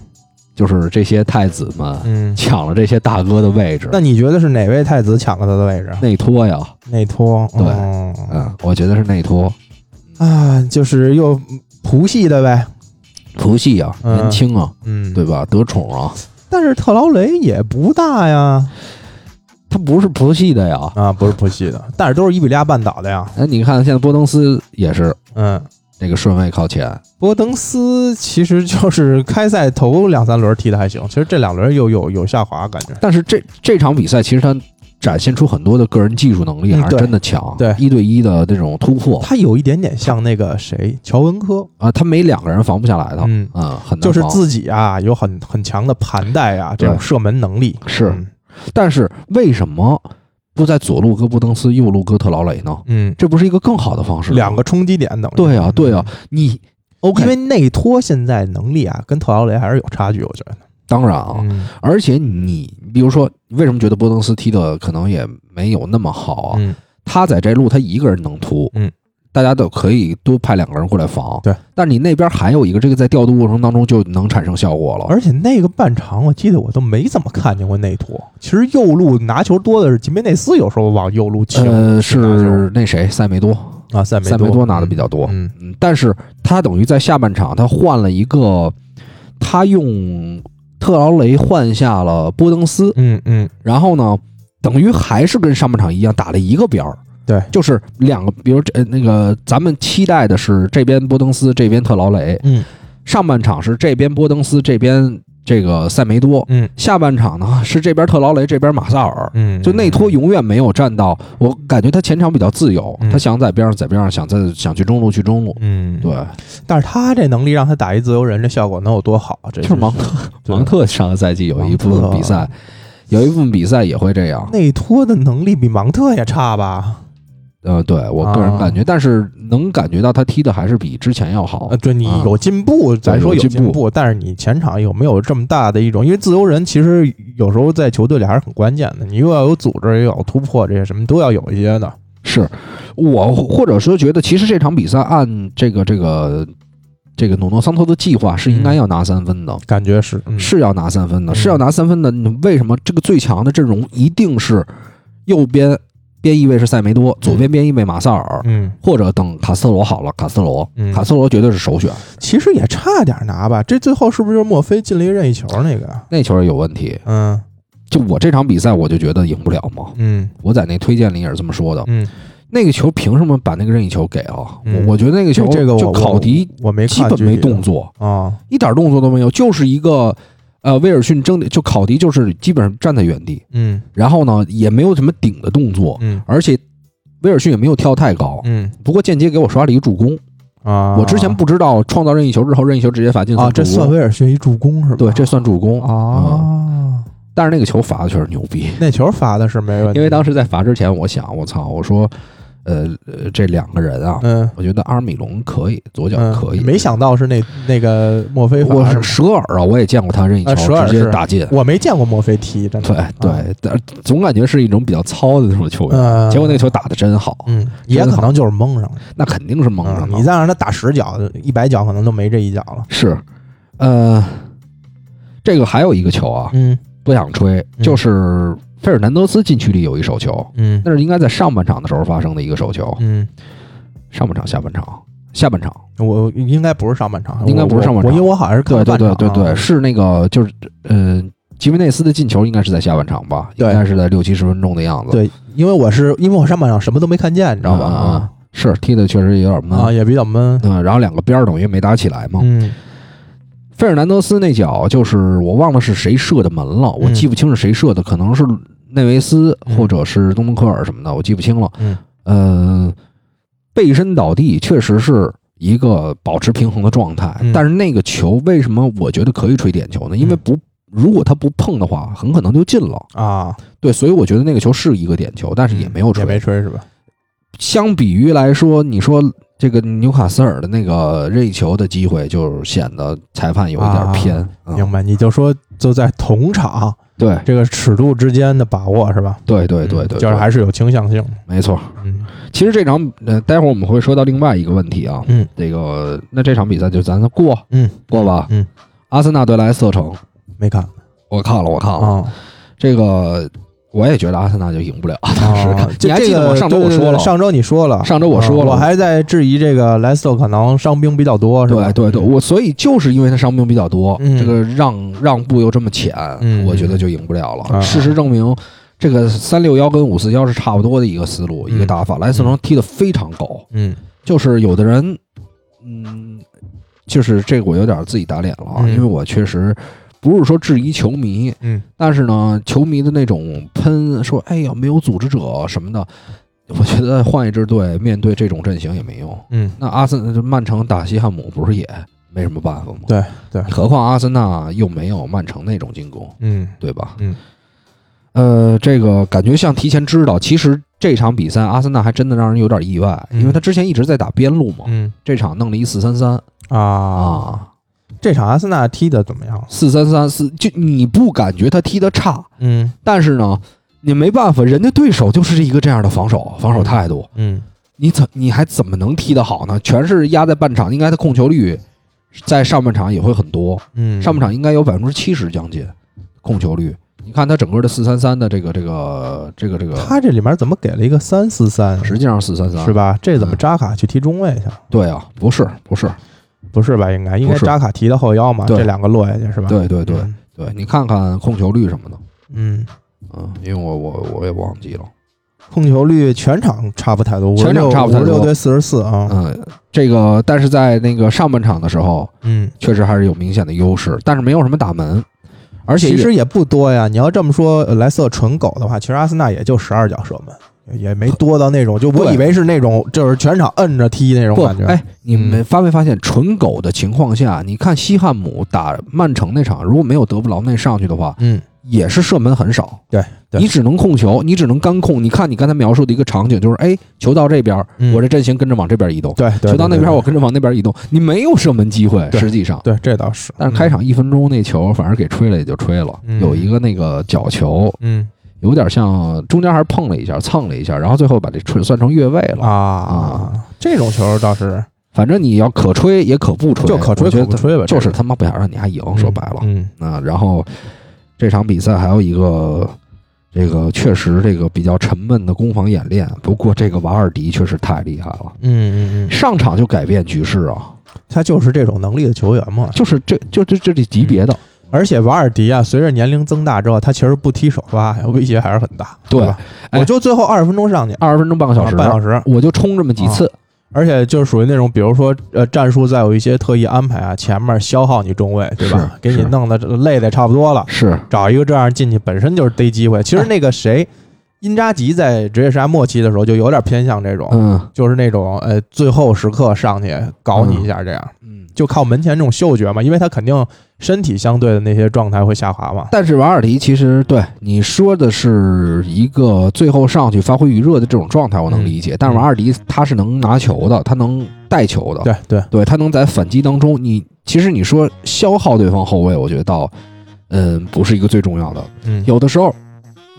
S2: 就是这些太子们
S3: 嗯。
S2: 抢了这些大哥的位置，
S3: 那你觉得是哪位太子抢了他的位置？
S2: 内托呀，
S3: 内托。
S2: 对
S3: 嗯
S2: 嗯，我觉得是内托，
S3: 啊，就是又葡系的呗。
S2: 葡系啊，
S3: 嗯
S2: 年轻啊，
S3: 嗯，
S2: 对吧？得宠啊，
S3: 但是特劳雷也不大呀，
S2: 他不是葡系的呀。
S3: 啊，不是普系的，但是都是伊比利亚半岛的呀。
S2: 哎，你看现在波登斯也是
S3: 嗯，
S2: 这个顺位靠前，
S3: 波登斯其实就是开赛头两三轮踢的还行，其实这两轮又有有下滑感觉。
S2: 但是这这场比赛其实他展现出很多的个人技术能力，
S3: 嗯
S2: 还是
S3: 对
S2: 真的强。
S3: 对
S2: 一对一的这种突破
S3: 他有一点点像那个谁，乔文科，
S2: 啊，他没两个人防不下来的，
S3: 嗯，
S2: 嗯，很难
S3: 就是
S2: 防
S3: 自己啊有很很强的盘带啊，这种
S2: 对
S3: 射门能力
S2: 是
S3: 嗯
S2: 但是为什么不在左路戈布登斯，右路戈特劳雷呢？
S3: 嗯，
S2: 这不是一个更好的方式吗？
S3: 两个嗯冲击点等于
S2: 对啊，对啊，，你 OK，
S3: 因为内托现在能力啊跟特劳雷还是有差距，我觉得。
S2: 当然啊，
S3: 嗯
S2: 而且你比如说，为什么觉得波登斯踢的可能也没有那么好啊？
S3: 嗯
S2: 他在这路他一个人能突，
S3: 嗯，
S2: 大家都可以多派两个人过来防，
S3: 对。
S2: 但你那边还有一个，这个在调度过程当中就能产生效果了。
S3: 而且那个半场，我记得我都没怎么看见过内托。其实右路拿球多的是吉梅内斯，有时候往右路倾。
S2: 呃，
S3: 去拿球
S2: 是那谁塞梅多，
S3: 啊，塞梅
S2: 塞梅多拿的比较多，
S3: 嗯，
S2: 嗯，但是他等于在下半场他换了一个，他用特劳雷换下了波登斯，
S3: 嗯嗯，
S2: 然后呢，等于还是跟上半场一样打了一个边儿，
S3: 对
S2: 就是两个，比如这呃那个咱们期待的是这边波登斯，这边特劳雷，
S3: 嗯
S2: 上半场是这边波登斯，这边这个塞梅多，
S3: 嗯
S2: 下半场呢是这边特劳雷，这边马萨尔。
S3: 嗯，
S2: 就内托永远没有站到，我感觉他前场比较自由，
S3: 嗯
S2: 他想在边上在边上，想在想去中路去中路。
S3: 嗯，
S2: 对，
S3: 但是他这能力让他打一自由人，这效果能有多好？这
S2: 就是芒特，
S3: 对
S2: 芒特上个赛季有一部分比赛，有一部分比赛也会这样。
S3: 内托的能力比芒特也差吧？
S2: 呃，对我个人
S3: 啊
S2: 感觉，但是能感觉到他踢的还是比之前要好
S3: 呃，。对你
S2: 啊
S3: 有进步，咱说
S2: 有进
S3: 进步，但是你前场有没有这么大的一种？因为自由人其实有时候在球队里还是很关键的，你又要有组织，又要有突破，这些什么都要有一些的。
S2: 是我或者说觉得，其实这场比赛按这个这个这个努诺桑托的计划是应该要拿三分的，
S3: 感觉是，嗯、
S2: 是要拿三分的，
S3: 嗯
S2: 是要拿三分的。你为什么这个最强的阵容一定是右边边翼位是塞梅多，左边边翼位马萨尔？
S3: 嗯，
S2: 或者等卡斯特罗好了，卡斯特罗，
S3: 嗯
S2: 卡斯特罗绝对是首选。
S3: 其实也差点拿吧。这最后是不是墨菲进了一任意球那个？
S2: 那球也有问题，
S3: 嗯
S2: 就我这场比赛我就觉得赢不了嘛。
S3: 嗯
S2: 我在那推荐里也是这么说的。
S3: 嗯，
S2: 那个球凭什么把那个任意球给啊？
S3: 嗯
S2: 我我觉得那个
S3: 这
S2: 球
S3: 这个
S2: 就
S3: 我
S2: 考迪
S3: 我我没
S2: 基
S3: 看
S2: 本
S3: 具
S2: 没
S3: 体的
S2: 动作，
S3: 啊，
S2: 一点动作都没有，就是一个呃威尔逊争就考迪就是基本上站在原地，
S3: 嗯
S2: 然后呢也没有什么顶的动作，
S3: 嗯
S2: 而且威尔逊也没有跳太高。
S3: 嗯
S2: 不过间接给我刷了一个助攻，
S3: 啊，
S2: 我之前不知道创造任意球之后，任意球直接罚进
S3: 啊，这
S2: 助攻
S3: 算威尔逊一助攻是吧？
S2: 对，这算助攻嗯
S3: 啊，
S2: 但是那个球罚的确实牛逼，
S3: 那球罚的是没问题，
S2: 因为当时在罚之前，我想，我操，我说，呃，呃这两个人啊，
S3: 嗯
S2: 我觉得阿尔米隆可以，左脚
S3: 嗯
S2: 可以，
S3: 没想到是那那个墨菲罚
S2: 我是
S3: 是
S2: 舍尔啊，我也见过他任意
S3: 啊舍
S2: 球
S3: 尔
S2: 直接
S3: 是
S2: 打进
S3: 吧，我没见过墨菲踢，真的
S2: 对
S3: 啊
S2: 对，但总感觉是一种比较糙的那种球员。
S3: 嗯，
S2: 结果那个球打的真好，
S3: 嗯，也可能就是蒙上了，
S2: 那肯定是蒙上
S3: 嗯
S2: 的。
S3: 你再让他打十脚、一百脚，可能都没这一脚了。
S2: 是，呃，这个还有一个球啊，
S3: 嗯
S2: 不想吹，
S3: 嗯
S2: 就是费尔南德斯禁区里有一手球，
S3: 嗯
S2: 那是应该在上半场的时候发生的一个手球，
S3: 嗯，
S2: 上半场、下半场、下半场。
S3: 我应该不是上半场，
S2: 应该不是上半场
S3: 我我因为我好像是看
S2: 对
S3: 了
S2: 对
S3: 半
S2: 对
S3: 场
S2: 对对，
S3: 啊
S2: 是那个就是呃，吉梅内斯的进球应该是在下半场吧，应
S3: 对
S2: 该是在六七十分钟的样子。，
S3: 对，因为我是因为我上半场什么都没看见，你知道吧？
S2: 啊啊是踢的确实有点闷
S3: 啊，也比较闷。
S2: 嗯，然后两个边儿等于没打起来嘛。
S3: 嗯
S2: 费尔南德斯那脚就是我忘了是谁射的门了，我
S3: 嗯
S2: 记不清是谁射的，可能是内维斯
S3: 嗯
S2: 或者是东东科尔什么的，我记不清了。
S3: 嗯
S2: 呃，背身倒地确实是一个保持平衡的状态，
S3: 嗯
S2: 但是那个球为什么我觉得可以吹点球呢？因为
S3: 嗯
S2: 不，如果他不碰的话，很可能就进了。
S3: 啊，
S2: 对，所以我觉得那个球是一个点球，但是也没有吹。
S3: 嗯也没吹是吧？
S2: 相比于来说，你说这个纽卡斯尔的那个任意球的机会，就显得裁判有一
S3: 啊
S2: 点偏。嗯
S3: 明白，你就说就在同场
S2: 对
S3: 这个尺度之间的把握是吧？
S2: 对对对
S3: 嗯
S2: 对，
S3: 就
S2: 对
S3: 是还是有倾向性的。
S2: 没错。
S3: 嗯
S2: 其实这场呃，待会儿我们会说到另外一个问题啊，
S3: 嗯
S2: 这个那这场比赛就咱过
S3: 嗯，
S2: 过吧。
S3: 嗯，
S2: 阿森纳对莱斯特城，
S3: 没看
S2: 我看了我看了，
S3: 啊
S2: 这个我也觉得阿森纳就赢不了。
S3: 啊！
S2: 你还
S3: 这
S2: 记得
S3: 个
S2: 我上周
S3: 对
S2: 我
S3: 对
S2: 说
S3: 对
S2: 了
S3: 上周你说了，
S2: 上周我说了
S3: 啊我还在质疑这个莱斯特可能伤兵比较多，是吧？
S2: 对对对，我所以就是因为他伤病比较多，
S3: 嗯
S2: 这个让让步又这么浅，
S3: 嗯
S2: 我觉得就赢不了了。
S3: 啊
S2: 事实证明，这个三六幺跟五四幺是差不多的一个思路，
S3: 嗯
S2: 一个打法。莱斯特城踢得非常高，
S3: 嗯
S2: 就是有的人，嗯，就是这个我有点自己打脸了啊，
S3: 嗯
S2: 因为我确实不是说质疑球迷，
S3: 嗯
S2: 但是呢，球迷的那种喷说“哎呀，没有组织者”什么的，我觉得换一支队面对这种阵型也没用。
S3: 嗯，
S2: 那阿森这曼城打西汉姆不是也没什么办法吗？
S3: 对对
S2: 何况阿森纳又没有曼城那种进攻，
S3: 嗯
S2: 对吧？
S3: 嗯，
S2: 呃，这个感觉像提前知道，其实这场比赛阿森纳还真的让人有点意外，
S3: 嗯
S2: 因为他之前一直在打边路嘛，
S3: 嗯
S2: 这场弄了一四三三
S3: 啊，
S2: 啊，
S3: 这场阿森纳踢的怎么样？
S2: 四三三四，就你不感觉他踢得差，
S3: 嗯
S2: 但是呢，你没办法，人家对手就是一个这样的防守防守态度，
S3: 嗯
S2: 你怎你还怎么能踢得好呢？全是压在半场，应该他控球率在上半场也会很多，
S3: 嗯，
S2: 上半场应该有百分之七十将近控球率。你看他整个的四三三的这个这个这个这个，
S3: 他这里面怎么给了一个三四三？
S2: 实际上四三三
S3: 是？吧？这怎么
S2: 嗯
S3: 扎卡去踢中卫去了？
S2: 对啊，不是不是，
S3: 不是吧？应该应该
S2: 不是
S3: 扎卡踢到后腰嘛？
S2: 对
S3: 这两个落下去是吧？
S2: 对对对
S3: 嗯
S2: 对，你看看控球率什么的，
S3: 嗯，
S2: 嗯，因为我我我也忘记了，
S3: 控球率全场差不太多，
S2: 全场差不太多
S3: 六对四十四啊，
S2: 嗯，这个但是在那个上半场的时候，
S3: 嗯，
S2: 确实还是有明显的优势，但是没有什么打门，而且
S3: 其
S2: 也
S3: 实也不多呀。你要这么说，呃莱斯特纯狗的话，其实阿森纳也就十二脚射门，也没多到那种，就我
S2: 对
S3: 以为是那种就是全场摁着踢那种
S2: 不
S3: 感觉。嗯
S2: 哎，你们发没发现纯狗的情况下，你看西汉姆打曼城那场，如果没有德布劳内上去的话，
S3: 嗯，
S2: 也是射门很少。
S3: 对对
S2: 你只能控球，你只能干控。你看你刚才描述的一个场景，就是哎，球到这边，
S3: 嗯
S2: 我这阵型跟着往这边移动；
S3: 对对，
S2: 球到
S3: 对
S2: 那边，
S3: 对
S2: 我跟着往那边移动。你没有射门机会，
S3: 对
S2: 实际上。
S3: 对这倒是，
S2: 但是开场一分钟那球，反正给吹了也就吹了，
S3: 嗯
S2: 有一个那个角球，
S3: 嗯
S2: 有点像中间还是碰了一下，蹭了一下，然后最后把这吹算成越位
S3: 嗯
S2: 了。
S3: 啊，这种球倒是
S2: 反正你要可吹也可不吹，
S3: 就可吹
S2: 我觉
S3: 可
S2: 得
S3: 不吹吧，
S2: 就
S3: 这个
S2: 是他妈不想让你还赢，说白了。
S3: 嗯，
S2: 那然后这场比赛还有一个，这个确实这个比较沉闷的攻防演练。不过这个瓦尔迪确实太厉害了，
S3: 嗯嗯嗯，
S2: 上场就改变局势啊，
S3: 他就是这种能力的球员嘛。
S2: 就是这就这这这级别的，
S3: 而且瓦尔迪啊，随着年龄增大之后，他其实不踢首发，威胁还是很大。
S2: 对
S3: 吧？
S2: 哎
S3: 我就最后二十分钟上去，
S2: 二十分钟半个小时，
S3: 啊半小时，啊
S2: 我就冲这么几次，
S3: 而且就是属于那种，比如说呃，战术再有一些特意安排啊，前面消耗你中卫，对吧
S2: 是？
S3: 给你
S2: 是
S3: 弄得这累的差不多了，
S2: 是
S3: 找一个这样进去本身就是逮机会。其
S2: 哎
S3: 实那个谁，因扎吉在职业生涯末期的时候就有点偏向这种，
S2: 嗯
S3: 就是那种呃最后时刻上去搞你一下这样。
S2: 嗯。
S3: 就靠门前这种嗅觉嘛，因为他肯定身体相对的那些状态会下滑嘛。
S2: 但是瓦尔迪其实对你说的是一个最后上去发挥余热的这种状态，我能
S3: 嗯
S2: 理解。但是瓦尔迪他是能拿球的，他能带球的，
S3: 对对，
S2: 对他能在反击当中，你其实你说消耗对方后卫，我觉得倒，嗯，不是一个最重要的。
S3: 嗯
S2: 有的时候，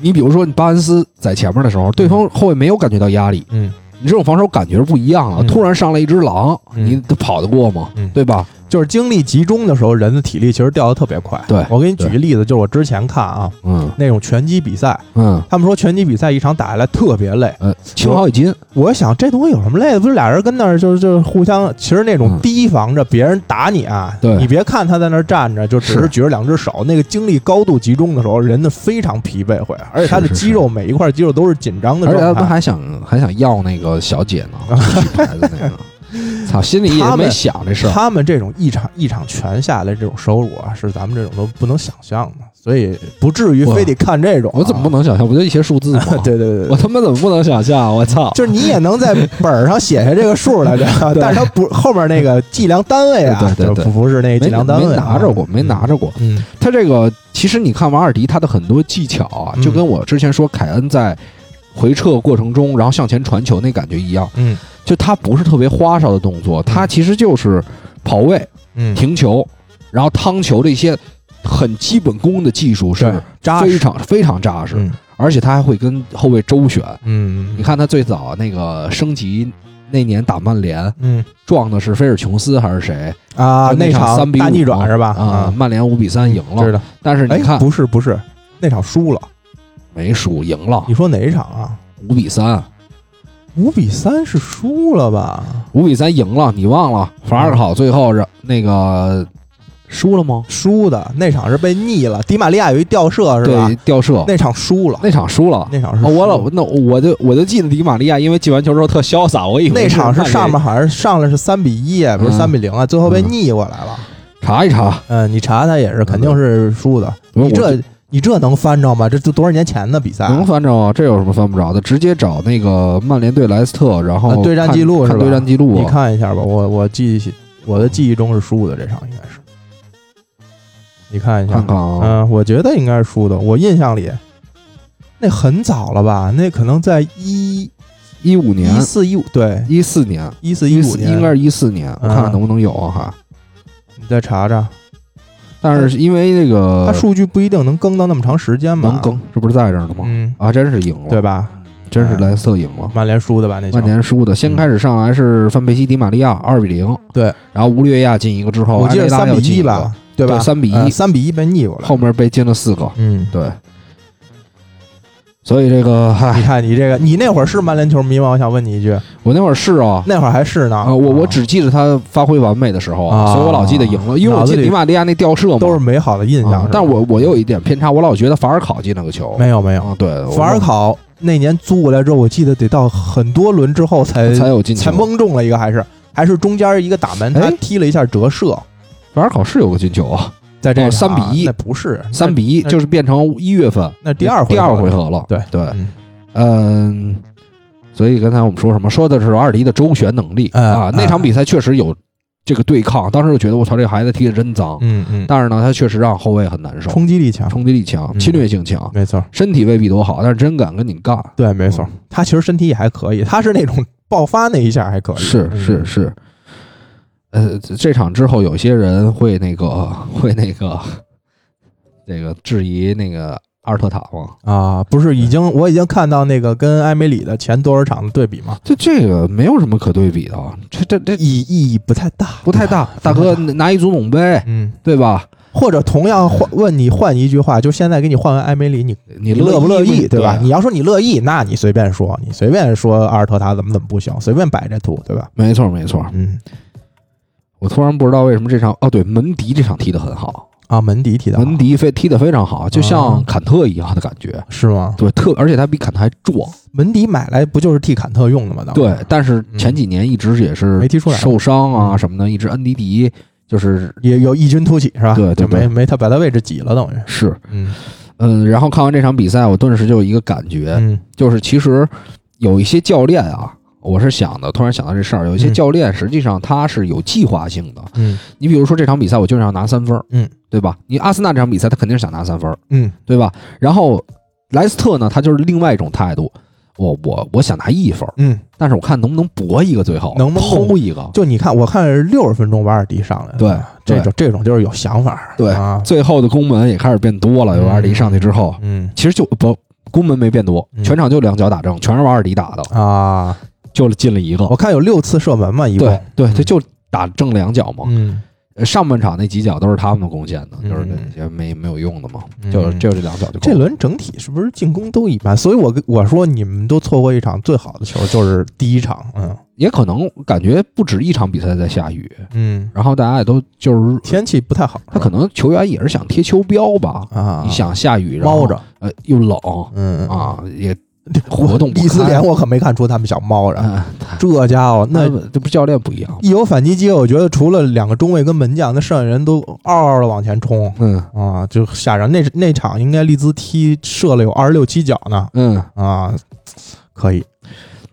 S2: 你比如说你巴恩斯在前面的时候，对方后卫没有感觉到压力，
S3: 嗯，
S2: 你这种防守感觉是不一样了。
S3: 嗯
S2: 突然上来一只狼，
S3: 嗯
S2: 你得跑得过吗？
S3: 嗯
S2: 对吧？
S3: 就是精力集中的时候，人的体力其实掉的特别快。
S2: 对
S3: 我给你举一例子，就是我之前看啊，
S2: 嗯
S3: 那种拳击比赛，
S2: 嗯
S3: 他们说拳击比赛一场打下来特别累，
S2: 呃，情好几斤，
S3: 我想这东西有什么累的？不是俩人跟那儿就是就是互相，其实那种
S2: 嗯
S3: 提防着别人打你啊，
S2: 对
S3: 你别看他在那儿站着，就只
S2: 是
S3: 是举着两只手，那个精力高度集中的时候，人的非常疲惫会，而且他的
S2: 是是是
S3: 肌肉每一块肌肉都是紧张的
S2: 而且他
S3: 状
S2: 们
S3: 态。
S2: 还想还想要那个小姐 呢，举牌子那个，操，心里也
S3: 他们
S2: 没想这事儿。
S3: 他们这种一场一场拳下来这种收入啊，是咱们这种都不能想象的，所以不至于
S2: 我
S3: 非得看这种啊、
S2: 我怎么不能想象？不就一些数字吗？
S3: 对对对对
S2: 我他妈怎么不能想象？我操！，
S3: 就是你也能在本儿上写下这个数来着 但是它不后面那个计量单位啊，
S2: 对对对对
S3: 就不不是那
S2: 没
S3: 个计量单位、
S2: 没
S3: 啊，
S2: 拿着过，没拿着过。
S3: 嗯，
S2: 他这个其实你看瓦尔迪他的很多技巧啊，
S3: 嗯
S2: 就跟我之前说凯恩在回撤过程中，然后向前传球那感觉一样，
S3: 嗯
S2: 就他不是特别花哨的动作，他其实就是跑位、
S3: 嗯
S2: 停球，然后趟球的一些很基本功的技术
S3: 对
S2: 是
S3: 扎
S2: 非
S3: 实，
S2: 常非常扎实，
S3: 嗯
S2: 而且他还会跟后卫周旋。
S3: 嗯，
S2: 你看他最早那个升级那年打曼联
S3: 嗯
S2: 撞的是菲尔琼斯还是谁
S3: 啊，
S2: 就那
S3: 那
S2: 场三比
S3: 大
S2: 五
S3: 逆转是吧？
S2: 啊？，曼联五比三赢了
S3: 知，道。
S2: 但是
S3: 哎
S2: 你，看
S3: 不是不是，那场输了。
S2: 没输，赢了
S3: 你说哪一场啊？
S2: 五比三。
S3: 五比三是输了吧？
S2: 五比三赢了，你忘了法尔考最后是那个输了吗？
S3: 输的那场是被逆了，迪玛利亚有一吊射是吧
S2: 对，？吊射
S3: 那场输了，
S2: 那场输了。
S3: 那场是
S2: 哦，我老
S3: 输了
S2: 那我就我就记得迪玛利亚，因为进完球之后特潇洒，我以为
S3: 那场是上面
S2: 面
S3: 好像是上来是三比一，不是
S2: 嗯
S3: 三比零啊，最后被逆过来了。
S2: 查一查，
S3: 嗯，你查他也是肯定是输的。
S2: 不是
S3: 你
S2: 嗯我
S3: 这你这能翻着吗？这都多少年前的比赛啊？
S2: 能翻着啊？这有什么翻不着的？直接找那个曼联对莱斯特，然后
S3: 啊对战
S2: 看
S3: 记录
S2: 看
S3: 是吧
S2: 对战记录啊，
S3: 你看一下吧，我我记忆我的记忆中是输的，这场应该是。你看一下，
S2: 看看啊，
S3: 嗯，我觉得应该是输的。我印象里，那很早了吧？那可能在一
S2: 一五年
S3: 一、四一五，对，
S2: 一四年、
S3: 一四
S2: 一
S3: 五年，嗯
S2: 应该是一四年，我看看能不能有啊哈。
S3: 你再查查，
S2: 但是因为那
S3: 它
S2: 个
S3: 数据不一定能更到那么长时间吧？
S2: 呃能，更，这不是在这儿呢吗？
S3: 嗯，
S2: 啊，真是赢了，
S3: 对吧？
S2: 真是莱斯特赢了，
S3: 曼联输的吧？那球
S2: 曼联输的。先
S3: 嗯
S2: 开始上来是范佩西、迪玛利亚二比零，
S3: 对，
S2: 然后乌略亚进一个之后，
S3: 我记得
S2: 埃雷拉
S3: 三
S2: 又
S3: 比
S2: 进
S3: 一
S2: 一个，
S3: 吧？对吧？
S2: 3比1
S3: 呃三比一被逆过来
S2: 后
S3: 了。
S2: 面被进了四个，
S3: 嗯，
S2: 对。所以这个，
S3: 你
S2: 嗨，
S3: 看你这个，你那会儿是曼联球迷吗？我想问你一句，
S2: 我那会儿是啊。
S3: 那会儿还是呢？
S2: 啊，我我
S3: 啊
S2: 只记得他发挥完美的时候
S3: 啊
S2: 所以我老记得赢了，因为我记得迪玛利亚那吊射嘛，
S3: 都是美好的印象
S2: 啊。
S3: 是吧
S2: 但我我有一点偏差，我老觉得法尔考进了个球，
S3: 没有没有，
S2: 啊，对，我
S3: 法尔考那年租过来之后，我记得得到很多轮之后才
S2: 才有进球
S3: 才。蒙中了一个，还是还是中间一个打门，他
S2: 哎
S3: 踢了一下折射，
S2: 法尔考试有个进球啊，
S3: 在这
S2: 哦3比1
S3: 那不是
S2: 三比一，
S3: 那
S2: 就是变成一月份
S3: 那第二回合
S2: 第二回合了。
S3: 对
S2: 对，
S3: 嗯
S2: 嗯，所以刚才我们说什么？说的是瓦尔迪的周旋能力
S3: 哎
S2: 啊
S3: 哎。
S2: 那场比赛确实有这个对抗，当时就觉得我操，这孩子踢的真脏。
S3: 嗯嗯，
S2: 但是呢，他确实让后卫很难受，
S3: 冲击力强，
S2: 冲击力强，
S3: 嗯
S2: 侵略性强，
S3: 没错，
S2: 身体未必多好，但是真敢跟你干。
S3: 对，没错，嗯他其实身体也还可以，他是那种爆发那一下还可以，
S2: 是
S3: 嗯
S2: 是是，呃，这这场之后，有些人会那个 会那个那个质疑那个阿尔特塔吗？
S3: 啊，不是已经我已经看到那个跟埃梅里的前多少场的对比嘛，
S2: 这这个没有什么可对比的啊，这这这
S3: 意意义不太大，
S2: 不太大。 大哥
S3: 大
S2: 拿一足总杯，
S3: 嗯。
S2: 对吧？
S3: 或者同样换问你换一句话，就现在给你换个埃梅里，你
S2: 你
S3: 乐不乐
S2: 意
S3: 意，对啊吧？你要说你乐意，那你随便说，你随便说阿尔特塔怎么怎么不行，随便摆这图，对吧？
S2: 没错没错。
S3: 嗯，
S2: 我突然不知道为什么这场哦，对，门迪这场踢得很好，啊
S3: 啊，门迪提到
S2: 门迪非踢得非常好，就像坎特一样的感觉。
S3: 是吗？
S2: 对，特而且他比坎特还壮。
S3: 门迪买来不就是替坎特用的吗？当时
S2: 对，，但是前几年一直也是
S3: 没踢出来
S2: 受伤啊
S3: 嗯
S2: 什么的，一直恩迪迪就是
S3: 也有异军突起是吧？
S2: 对对
S3: 就没
S2: 对
S3: 没他把他位置挤了，等于
S2: 是
S3: 嗯
S2: 嗯，然后看完这场比赛，我顿时就有一个感觉，
S3: 嗯
S2: 就是其实有一些教练啊，我是想的，突然想到这事儿，有一些
S3: 嗯
S2: 教练实际上他是有计划性的。
S3: 嗯
S2: 你比如说这场比赛，我就是要拿三分儿，
S3: 嗯，
S2: 对吧？你阿森纳这场比赛，他肯定是想拿三分儿，
S3: 嗯
S2: 对吧？然后莱斯特呢，他就是另外一种态度，我我我想拿一分儿，
S3: 嗯，
S2: 但是我看能不能搏一个，最后
S3: 能不能
S2: 偷一个，
S3: 就你看，我看是六十分钟瓦尔迪上来了，
S2: 对
S3: 这种这种就是有想法，
S2: 对
S3: 啊，
S2: 最后的攻门也开始变多了。有瓦尔迪上去之后，
S3: 嗯
S2: 其实就不攻门没变多，
S3: 嗯
S2: 全场就两脚打正，全是瓦尔迪打的，
S3: 啊，
S2: 就进了一个
S3: 我。看有六次射门嘛，哦一
S2: 对
S3: 共，
S2: 对，
S3: 嗯
S2: 他就打正两脚嘛。
S3: 嗯，
S2: 呃上半场那几脚都是他们的贡献的，
S3: 嗯
S2: 就是那些没没有用的嘛，
S3: 嗯
S2: 就就这两脚就够
S3: 这
S2: 了。
S3: 轮整体是不是进攻都一般？所以我跟我说你们都错过一场最好的球，就是第一场。嗯
S2: 也可能感觉不止一场比赛在下雨，
S3: 嗯，
S2: 然后大家也都就是
S3: 天气不太好，
S2: 他可能球员也是想贴秋膘吧，
S3: 啊，
S2: 你想下雨，然后
S3: 猫着，
S2: 呃又冷
S3: 嗯，
S2: 啊，也活动不
S3: 利兹
S2: 开
S3: 联我可没看出他们想猫着，
S2: 啊，
S3: 这家伙那
S2: 那这不教练不一样吗，
S3: 一有反击机会，我觉得除了两个中卫跟门将，那剩下人都嗷嗷的往前冲
S2: 嗯
S3: 啊，就吓人。那那场应该利兹踢射了有二十六七脚呢
S2: 嗯，
S3: 啊，可以，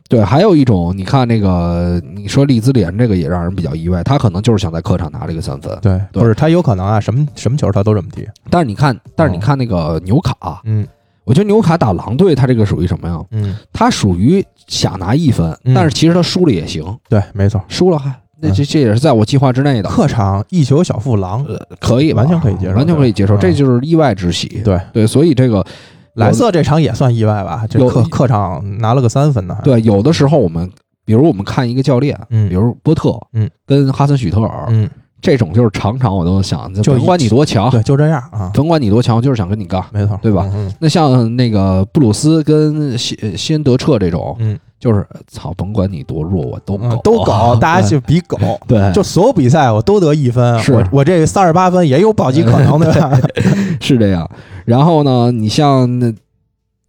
S2: 对，还有一种你看那个，你说利兹联这个也让人比较意外，他可能就是想在客场拿这个三分，
S3: 对，
S2: 对
S3: 不是他有可能啊，什么什么球他都这么踢，
S2: 但是你看，但是
S3: 哦
S2: 你看那个纽卡，啊
S3: 嗯
S2: 我觉得纽卡打狼队，他这个属于什么呀？
S3: 嗯，
S2: 他属于想拿一分，
S3: 嗯
S2: 但是其实他输了也行，
S3: 对，没错。
S2: 输了还那
S3: 嗯
S2: 这这也是在我计划之内的，
S3: 客场一球小富狼，
S2: 可以吧
S3: 完全可以接受
S2: 完全可以接受，
S3: 对啊
S2: 这就是意外之喜。
S3: 对啊
S2: 对，所以这个
S3: 莱瑟这场也算意外吧？这
S2: 有
S3: 客客场拿了个三分呢。还，
S2: 对有的时候我们，比如我们看一个教练，
S3: 嗯
S2: 比如波特，
S3: 嗯，
S2: 跟哈森许特尔，
S3: 嗯，
S2: 这种就是场场我都想，
S3: 就
S2: 甭管
S3: 一
S2: 你多强，
S3: 对，就这样啊，
S2: 甭管你多强，我就是想跟你干。
S3: 没错，
S2: 对吧
S3: 嗯？
S2: 那像那个布鲁斯跟西呃西恩德彻这种，
S3: 嗯，
S2: 就是操，甭管你多弱，我都
S3: 嗯，
S2: 搞、
S3: 嗯 都狗，大家
S2: 就
S3: 就比狗。
S2: 啊对，
S3: 就所有比赛我都得一分，
S2: 是
S3: 我我这三十八分也有保级可 能，对吧？
S2: 是这样。然后呢，你像那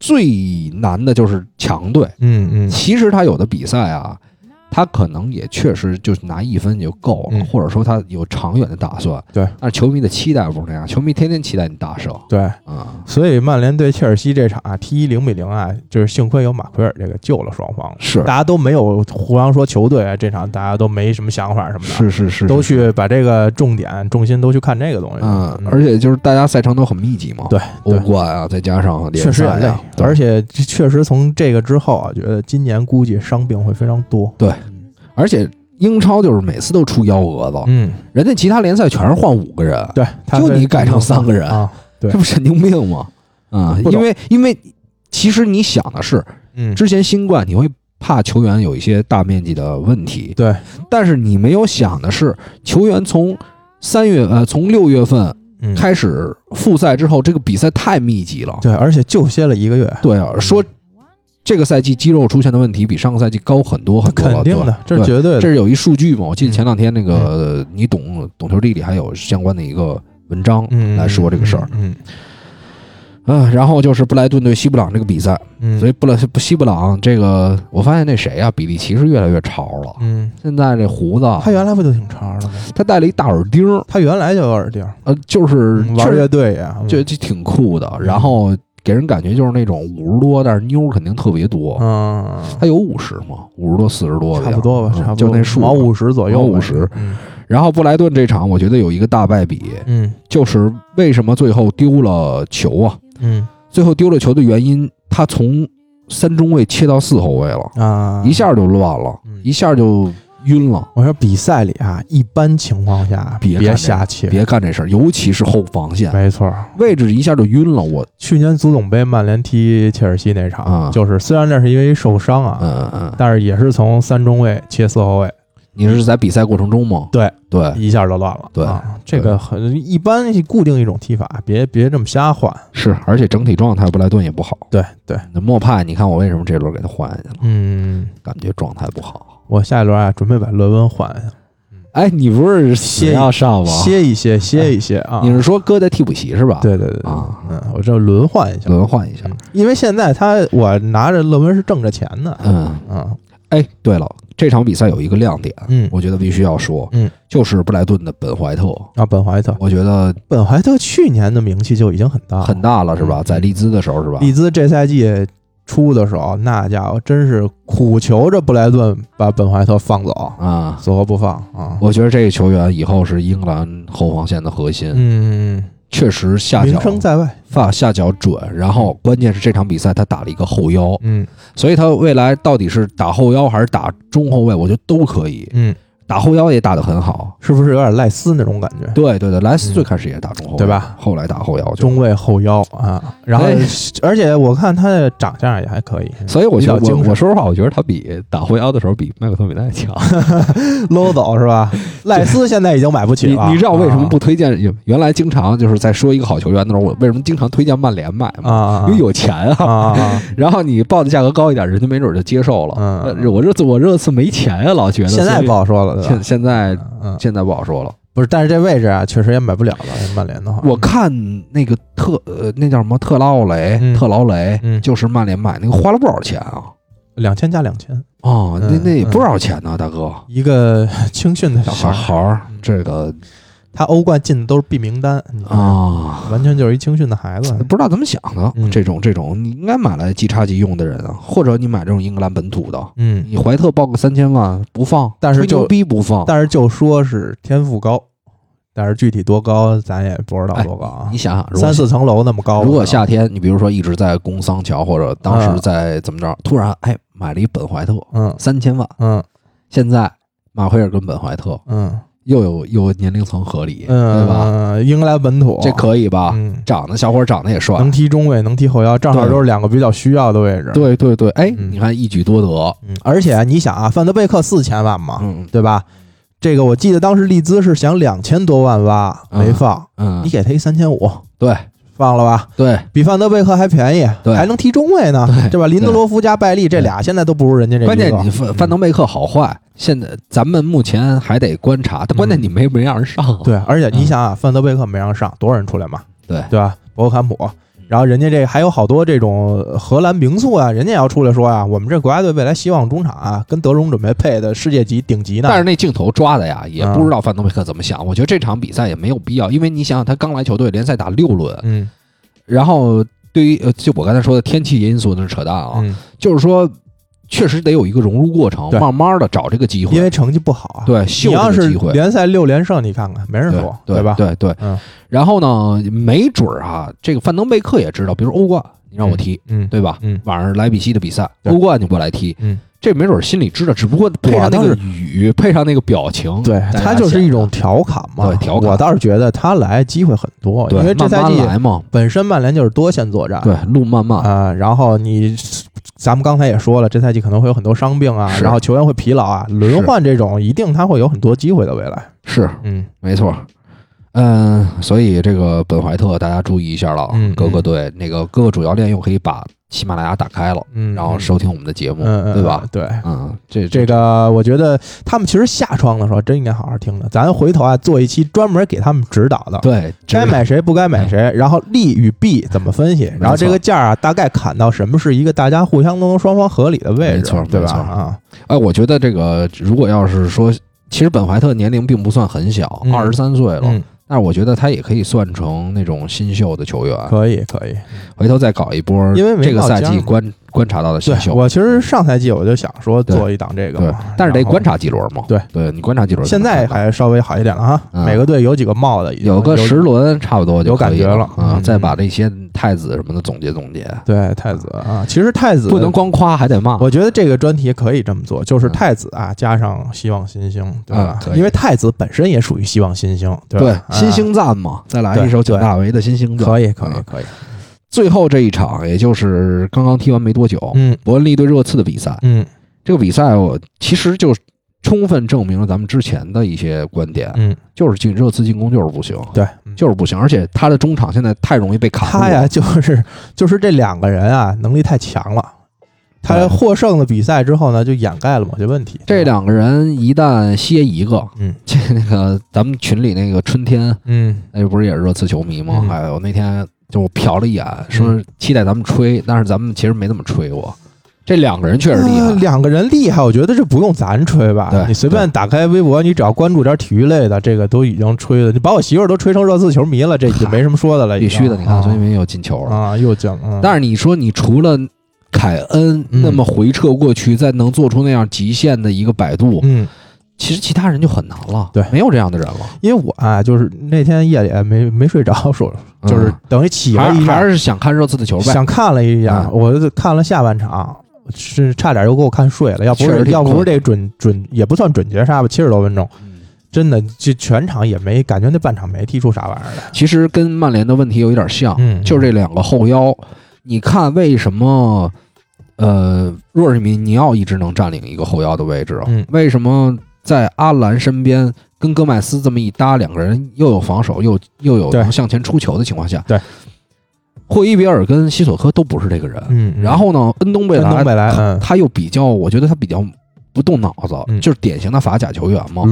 S2: 最难的就是强队，
S3: 嗯 嗯
S2: 其实他有的比赛啊，他可能也确实就是拿一分就够了，
S3: 嗯
S2: 或者说他有长远的打算。
S3: 对，
S2: 但是球迷的期待不是那样，球迷天天期待你大胜
S3: 对，
S2: 啊、
S3: 所以曼联对切尔西这场啊，踢零比零啊，就是幸亏有马奎尔这个救了双方，
S2: 是
S3: 大家都没有胡杨说球队啊，这场大家都没什么想法什么的，
S2: 是是是，
S3: 都
S2: 是
S3: 去把这个重点重心都去看这个东西。
S2: 嗯，而且就是大家赛程都很密集嘛，
S3: 对
S2: 欧
S3: 对
S2: 冠啊，再加上联
S3: 确实也
S2: 赛
S3: 累
S2: 啊，对
S3: 而且这确实从这个之后啊，觉得今年估计伤病会非常多。
S2: 而且英超就是每次都出幺蛾子，
S3: 嗯，
S2: 人家其他联赛全是换五个人，
S3: 对，他
S2: 就
S3: 会
S2: 你改成三个人
S3: 啊，对
S2: 这不神经病吗？啊、
S3: 不懂
S2: 因为因为其实你想的是，
S3: 嗯，
S2: 之前新冠你会怕球员有一些大面积的问题，
S3: 对，
S2: 但是你没有想的是，球员从三月呃从六月份
S3: 嗯
S2: 开始复赛之后，这个比赛太密集了，
S3: 对，嗯而且就歇了一个月，
S2: 对啊，说这个赛季肌肉出现的问题比上个赛季高很多很多了，
S3: 肯定的，这
S2: 对
S3: 是绝对嗯
S2: 对
S3: 的。
S2: 这是有一数据嘛？我记得前两天那个呃你懂懂球地里还有相关的一个文章
S3: 嗯，
S2: 来说这个事儿。
S3: 嗯，嗯，
S2: 嗯，然后就是布莱顿对西布朗这个比赛，
S3: 嗯，
S2: 所以布莱西布朗这个，我发现那谁啊，比利奇是越来越潮了。
S3: 嗯，哎
S2: 现在这胡子啊，
S3: 他原来不就挺长的吗？
S2: 他戴了一大耳钉儿，
S3: 他原来就有耳钉，
S2: 呃，就是
S3: 嗯
S2: 确
S3: 玩
S2: 实
S3: 乐队呀，嗯
S2: 就就挺酷的。然后给人感觉就是那种五十多，但是妞儿肯定特别多。
S3: 嗯，
S2: 他有五十吗？五十多、四十多的
S3: 差
S2: 样子，
S3: 不多吧，
S2: 嗯
S3: 差不多
S2: 就那数
S3: 毛。五十左右吧，
S2: 毛50
S3: 嗯
S2: 然后布莱顿这场，我觉得有一个大败笔，
S3: 嗯
S2: 就是为什么最后丢了球啊？
S3: 嗯
S2: 最后丢了球的原因，他从三中卫切到四后卫了，
S3: 啊，
S2: 一下就乱了，
S3: 嗯
S2: 一下就晕了。
S3: 我说比赛里啊，一般情况下
S2: 别
S3: 别
S2: 干这
S3: 瞎切，
S2: 别干这事儿，尤其是后防线
S3: 没错儿。
S2: 位置一下就晕了。我，
S3: 去年足总杯曼联踢切尔西那场，
S2: 啊
S3: 就是虽然那是因为受伤啊，
S2: 嗯嗯，嗯，
S3: 但是也是从三中卫切四后卫，
S2: 你是在比赛过程中吗？
S3: 对
S2: 对，
S3: 一下就乱了。
S2: 对
S3: 啊，这个很一般，固定一种踢法，别别这么瞎换。
S2: 是，而且整体状态布莱顿也不好。
S3: 对对，
S2: 那莫派，你看我为什么这轮给他换下去了？
S3: 嗯，
S2: 感觉状态不好。
S3: 我下一轮啊，准备把伦温换下，
S2: 哎，你不是
S3: 歇
S2: 也要上吗？
S3: 歇一歇，歇一歇啊。
S2: 哎你是说搁在替补席是吧？，
S3: 对对对对
S2: 啊
S3: 嗯，我这轮换一下，
S2: 轮换一下。
S3: 嗯因为现在他我拿着勒温是挣着钱的，
S2: 嗯，
S3: 嗯
S2: 哎，对了，这场比赛有一个亮点，
S3: 嗯
S2: 我觉得必须要说，
S3: 嗯，
S2: 就是布莱顿的本怀特，
S3: 啊，本怀特，
S2: 我觉得
S3: 本怀特去年的名气就已经很大了，
S2: 很大了，是吧？
S3: 嗯
S2: 在利兹的时候是吧？
S3: 利兹这赛季出的时候，那家伙真是苦求着布莱顿把本怀特放走，
S2: 啊，
S3: 死活不放啊。
S2: 我觉得这个球员以后是英格兰后防线的核心，
S3: 嗯，
S2: 确实下
S3: 名
S2: 脚
S3: 声在外。
S2: 发下脚准，然后关键是这场比赛他打了一个后腰，
S3: 嗯
S2: 所以他未来到底是打后腰还是打中后卫，我觉得都可以。
S3: 嗯，
S2: 打后腰也打得很好。
S3: 是不是有点赖斯那种感觉？
S2: 对对对，莱斯
S3: 嗯
S2: 最开始也打中后卫，
S3: 对吧？
S2: 后来打后腰就。
S3: 中卫后腰啊，然后
S2: 哎
S3: 而且我看他的长相也还可以，
S2: 所以我觉得
S3: 嗯比较
S2: 我
S3: 精神
S2: 我说实话，我觉得他比打后腰的时候比麦克托米奈 强。
S3: 搂走是 吧？赖斯现在已经买不起
S2: 你
S3: 了，
S2: 你知道为
S3: 啊
S2: 什么不推荐？原来经常就是在说一个好球员的时候，我为什么经常推荐曼联买
S3: 啊
S2: 嘛？
S3: 啊
S2: 因为有钱啊。
S3: 啊？
S2: 然后你报的价格高一点，人家没准就接受了。
S3: 嗯
S2: 呃我这次我这次没钱呀、老觉得
S3: 现在不
S2: 所
S3: 好说了，
S2: 以
S3: 对吧
S2: 现现在
S3: 嗯，
S2: 现在不好说了。
S3: 不是，但是这位置啊，确实也买不了了。曼联的话，
S2: 我看那个特呃，那叫什么特拉奥雷、
S3: 嗯
S2: 特劳雷，
S3: 嗯
S2: 就是曼联买那个花了不少钱啊！
S3: 两千加两千，
S2: 哦，那
S3: 嗯
S2: 那也
S3: 嗯
S2: 不少钱呢、大哥。
S3: 一个青训的小孩
S2: 小
S3: 儿，
S2: 孩儿
S3: 嗯，
S2: 这个
S3: 他欧冠进的都是 B 名单，你看，
S2: 啊，
S3: 完全就是一青训的孩子。
S2: 不知道怎么想的。
S3: 嗯
S2: 这种这种，你应该买来即插即用的人啊，或者你买这种英格兰本土的，
S3: 嗯，
S2: 你怀特报个三千万不放，
S3: 但是
S2: 吹牛
S3: 就
S2: 逼不放。
S3: 但是就说是天赋高，但是具体多高咱也不知道多高啊
S2: 哎你，想想，如果
S3: 三四层啊楼那么高吧。
S2: 如果
S3: 可能
S2: 夏天，你比如说一直在攻桑乔，或者当时在怎么着，突然哎买了一本怀特
S3: 嗯
S2: 三千万，
S3: 嗯
S2: 现在马奎尔跟本怀特
S3: 嗯
S2: 又有有年龄层合理，
S3: 嗯，
S2: 对吧？
S3: 嗯？英格兰本土
S2: 这可以吧？
S3: 嗯，
S2: 长得小伙儿长得也帅，
S3: 能踢中卫，能踢后腰，正好
S2: 对
S3: 都是两个比较需要的位置。，
S2: 对对对，哎，
S3: 嗯
S2: 你看一举多得，
S3: 嗯，而且你想啊，范德贝克四千万嘛，
S2: 嗯
S3: 对吧？这个我记得当时利兹是想两千多万挖没放，
S2: 嗯
S3: 你，给他一三千五
S2: 对
S3: 放了吧，
S2: 对，
S3: 比范德贝克还便宜，
S2: 对
S3: 还能踢中卫呢，
S2: 对
S3: 对吧？林德罗夫加拜利这俩现在都不如人家这一个
S2: 关键你范范登贝克好坏，现在咱们目前还得观察，但关键你没没让人上，
S3: 嗯对，而且你想啊，范德贝克没让上，多少人出来嘛，
S2: 哦嗯对嗯
S3: 对吧？博格坎普，然后人家这还有好多这种荷兰名宿啊，人家也要出来说啊，我们这国家队未来希望中场啊，跟德容准备配的世界级顶级呢
S2: 但。是那镜头抓的呀，也
S3: 嗯
S2: 不知道范登贝克怎么想。我觉得这场比赛也没有必要，因为你想想，他刚来球队，联赛打六轮，
S3: 嗯
S2: 然后对于呃，就我刚才说的天气因素那是扯淡啊，
S3: 嗯，
S2: 就是说确实得有一个融入过程，
S3: 对
S2: 慢慢的找这个机
S3: 因
S2: 会，
S3: 为成绩不好啊，
S2: 对，秀
S3: 你要
S2: 这个
S3: 是
S2: 机会。
S3: 联赛六连胜，你看看没人
S2: 对
S3: 说，
S2: 对
S3: 吧？
S2: 对对，
S3: 嗯
S2: 然后呢，没准儿啊，这个范登贝克也知道，比如欧冠你让我踢，
S3: 嗯，
S2: 对吧？
S3: 嗯
S2: 晚上莱比锡的比赛，
S3: 对
S2: 欧冠你过来踢，
S3: 嗯，
S2: 这没准儿心里知道，只不过配上那
S3: 我
S2: 个
S3: 倒是
S2: 语，配上那个表情，
S3: 对
S2: 大家
S3: 他就是
S2: 想
S3: 一种调侃嘛，
S2: 对调侃
S3: 我倒是觉得他来机会很多，
S2: 对，
S3: 因为这赛季
S2: 慢慢来嘛，
S3: 本身曼联就是多线作战，
S2: 对，路漫漫，
S3: 啊、然后你咱们刚才也说了，这赛季可能会有很多伤病啊，
S2: 是
S3: 然后球员会疲劳啊，轮换这种一定他会有很多机会的未来。
S2: 是
S3: 嗯
S2: 没错。嗯，所以这个本怀特大家注意一下了啊，
S3: 嗯
S2: 各个队那个各个主教练又可以把喜马拉雅打开了，
S3: 嗯，
S2: 然后收听我们的节目，
S3: 嗯，嗯，
S2: 对吧
S3: 嗯？？对，
S2: 嗯，这
S3: 这个我觉得他们其实下创的时候真应该好好听的，咱回头啊做一期专门给他们指导的，
S2: 对，嗯这
S3: 该
S2: 个
S3: 买谁不该买谁，然后利与弊怎么分析，然后这个价啊大概砍到什么是一个大家互相都能双方合理的位置，
S2: 没错
S3: 对
S2: 没
S3: 吧？
S2: 错
S3: 啊，
S2: 哎，我觉得这个如果要是说，其实本怀特年龄并不算很小，
S3: 嗯
S2: 二十三岁了，
S3: 嗯，
S2: 但是我觉得他也可以算成那种新秀的球员，啊
S3: 可以可以。
S2: 回头再搞一波，
S3: 因为没
S2: 这个
S3: 冒
S2: 赛
S3: 尖
S2: 季
S3: 儿
S2: 观观察到的新
S3: 对，
S2: 秀，
S3: 我其实上赛季我就想说
S2: 对
S3: 做一档这个
S2: 对
S3: 嘛，，
S2: 但是得
S3: 然后
S2: 观察几轮嘛，
S3: 对，
S2: 对你观察几轮才
S3: 现
S2: 能看到，
S3: 在还稍微好一点了哈，
S2: 嗯
S3: 每个队有几个帽子已经，
S2: 有个十
S3: 有
S2: 轮差不多就
S3: 有感
S2: 可以
S3: 觉
S2: 了
S3: 了
S2: 啊，
S3: 嗯
S2: 再把这些太子什么的总结总结，
S3: 对太子啊，其实太子
S2: 不能光夸还得骂，
S3: 我觉得这个专题可以这么做，就是
S2: 嗯
S3: 太子啊，加上希望新星，对
S2: 嗯
S3: 吧？
S2: 可以
S3: 因为太子本身也属于希望新星，对
S2: 对
S3: 吧？啊
S2: 新星赞嘛，再来一
S3: 对
S2: 首蒋
S3: 对
S2: 大为的新星赞，
S3: 可以，可以
S2: 嗯，
S3: 可以，
S2: 最后这一场也就是刚刚踢完没多久，
S3: 嗯
S2: 伯恩利对热刺的比赛。
S3: 嗯
S2: 这个比赛我其实就充分证明了咱们之前的一些观点，
S3: 嗯，
S2: 就是进热刺进攻就是不行，
S3: 对，
S2: 嗯就是不行，而且他的中场现在太容易被卡住了。
S3: 他呀，就是就是这两个人啊，能力太强了。他
S2: 对
S3: 获胜的比赛之后呢，就掩盖了某些问题。
S2: 这
S3: 对吧，
S2: 两个人一旦歇一个，
S3: 嗯
S2: 这那个咱们群里那个春天，
S3: 嗯
S2: 哎，不是也是热刺球迷吗？
S3: 嗯
S2: 哎呦，那天就我瞟了一眼，说期待咱们吹，但是咱们其实没怎么吹过。这两个人确实厉
S3: 呃
S2: 害，
S3: 两个人厉害，我觉得这不用咱吹吧
S2: 对？
S3: 你随便打开微博，你只要关注点体育类的，这个都已经吹了。你把我媳妇儿都吹成热刺球迷了，这就没什么说的了。
S2: 必
S3: 已经
S2: 须的。你看，
S3: 啊
S2: 孙兴民又进球了。
S3: 啊，又进了。嗯
S2: 但是你说，你除了凯恩
S3: 嗯
S2: 那么回撤过去，再能做出那样极限的一个摆渡，
S3: 嗯，
S2: 其实其他人就很难了。
S3: 对
S2: 没有这样的人了，
S3: 因为我啊，就是那天夜里没没睡着，说就是
S2: 嗯
S3: 等于起
S2: 还
S3: 了
S2: 还
S3: 一下，
S2: 是想看热刺的球呗。
S3: 想看了一下
S2: 嗯，
S3: 我就看了下半场，是差点又给我看睡了。要不
S2: 确实
S3: 是
S2: 挺
S3: 要不
S2: 困
S3: 是这准准也不算准绝杀吧，七十多分钟，
S2: 嗯
S3: 真的这全场也没感觉那半场没踢出啥玩意儿来。
S2: 其实跟曼联的问题有一点像，
S3: 嗯，
S2: 就是
S3: 这
S2: 这两个后腰，你看为什么？呃，若日米尼奥一直能占领一个后腰的位置，啊
S3: 嗯
S2: 为什么在阿兰身边跟戈麦斯这么一搭，两个人又有防守，又又有
S3: 对
S2: 能向前出球的情况下，
S3: 对，
S2: 霍伊比尔跟西索科都不是这个人。
S3: 嗯，嗯
S2: 然后呢，恩东贝
S3: 恩
S2: 莱，
S3: 东贝莱
S2: 他
S3: 嗯
S2: 他又比较，我觉得他比较不动脑子，
S3: 嗯
S2: 就是典型的法甲球员嘛。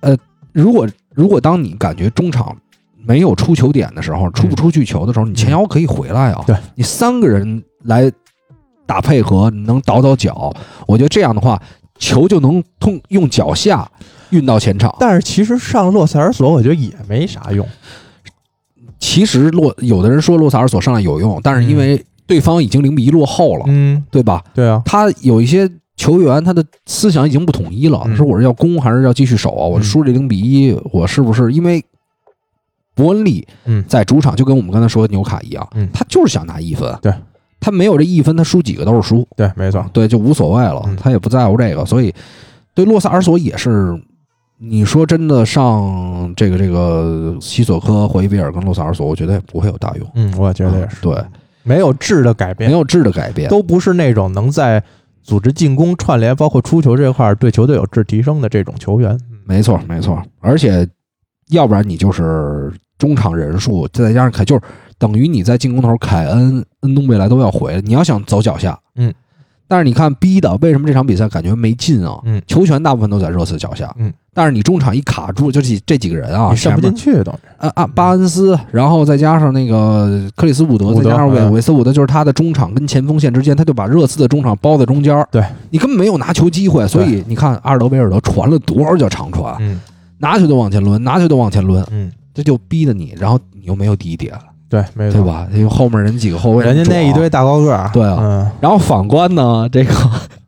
S2: 呃
S3: 鲁
S2: 如果如果当你感觉中场没有出球点的时候，出不出去球的时候，你前腰可以回来啊。
S3: 嗯对，
S2: 你三个人来打配合，能倒倒脚，我觉得这样的话，球就能通用脚下运到前场。
S3: 但是其实上洛塞尔索，我觉得也没啥用。
S2: 其实洛有的人说洛萨尔索上来有用，但是因为对方已经零比一落后了，
S3: 嗯，
S2: 对吧？
S3: 对啊，
S2: 他有一些球员，他的思想已经不统一了。
S3: 嗯
S2: 说我是要攻还是要继续守啊？我
S3: 嗯
S2: 输这零比一，我是不是因为伯恩利
S3: 嗯
S2: 在主场就跟我们刚才说的纽卡一样，
S3: 嗯
S2: 他就是想拿一分，
S3: 对，
S2: 他没有这一分，他输几个都是输，
S3: 对，没错，
S2: 对，就无所谓了，
S3: 嗯
S2: 他也不在乎这个，所以对洛萨尔索也是。你说真的上这个这个西索科、霍伊比尔跟洛萨尔索，我觉得也不会有大用，
S3: 嗯，我觉得也是，
S2: 对，
S3: 没有质的改变
S2: 没。有质的改变，
S3: 都不是那种能在组织进攻、串联，包括出球这块儿对球队有质提升的这种球员。
S2: 没错，
S3: 嗯
S2: 没错。而且，要不然你就是中场人数，再加上凯，就是等于你在进攻头，凯恩、恩东贝莱都要回。你要想走脚下，
S3: 嗯。
S2: 但是你看，逼的为什么这场比赛感觉没劲啊？
S3: 嗯
S2: 球权大部分都在热刺脚下，
S3: 嗯。
S2: 但是你中场一卡住，就是这几个人啊，
S3: 你上不
S2: 前
S3: 进
S2: 面
S3: 去等于。
S2: 啊啊，巴恩斯，然后再加上那个克里斯伍德，
S3: 伍德
S2: 再加上韦
S3: 嗯
S2: 韦斯伍德，就是他的中场跟前锋线之间，他就把热刺的中场包在中间儿。
S3: 对
S2: 你根本没有拿球机会，所以你看阿尔德维尔德传了多少脚长传，啊
S3: 嗯
S2: 拿球就往前抡，拿球就往前抡，
S3: 嗯，
S2: 这就逼得你，然后你又没有底点，
S3: 对，没
S2: 对
S3: 错。
S2: 吧？因为后面人几个后卫，
S3: 人家那一堆。大高个儿，
S2: 对啊
S3: 嗯，
S2: 然后反观呢，这个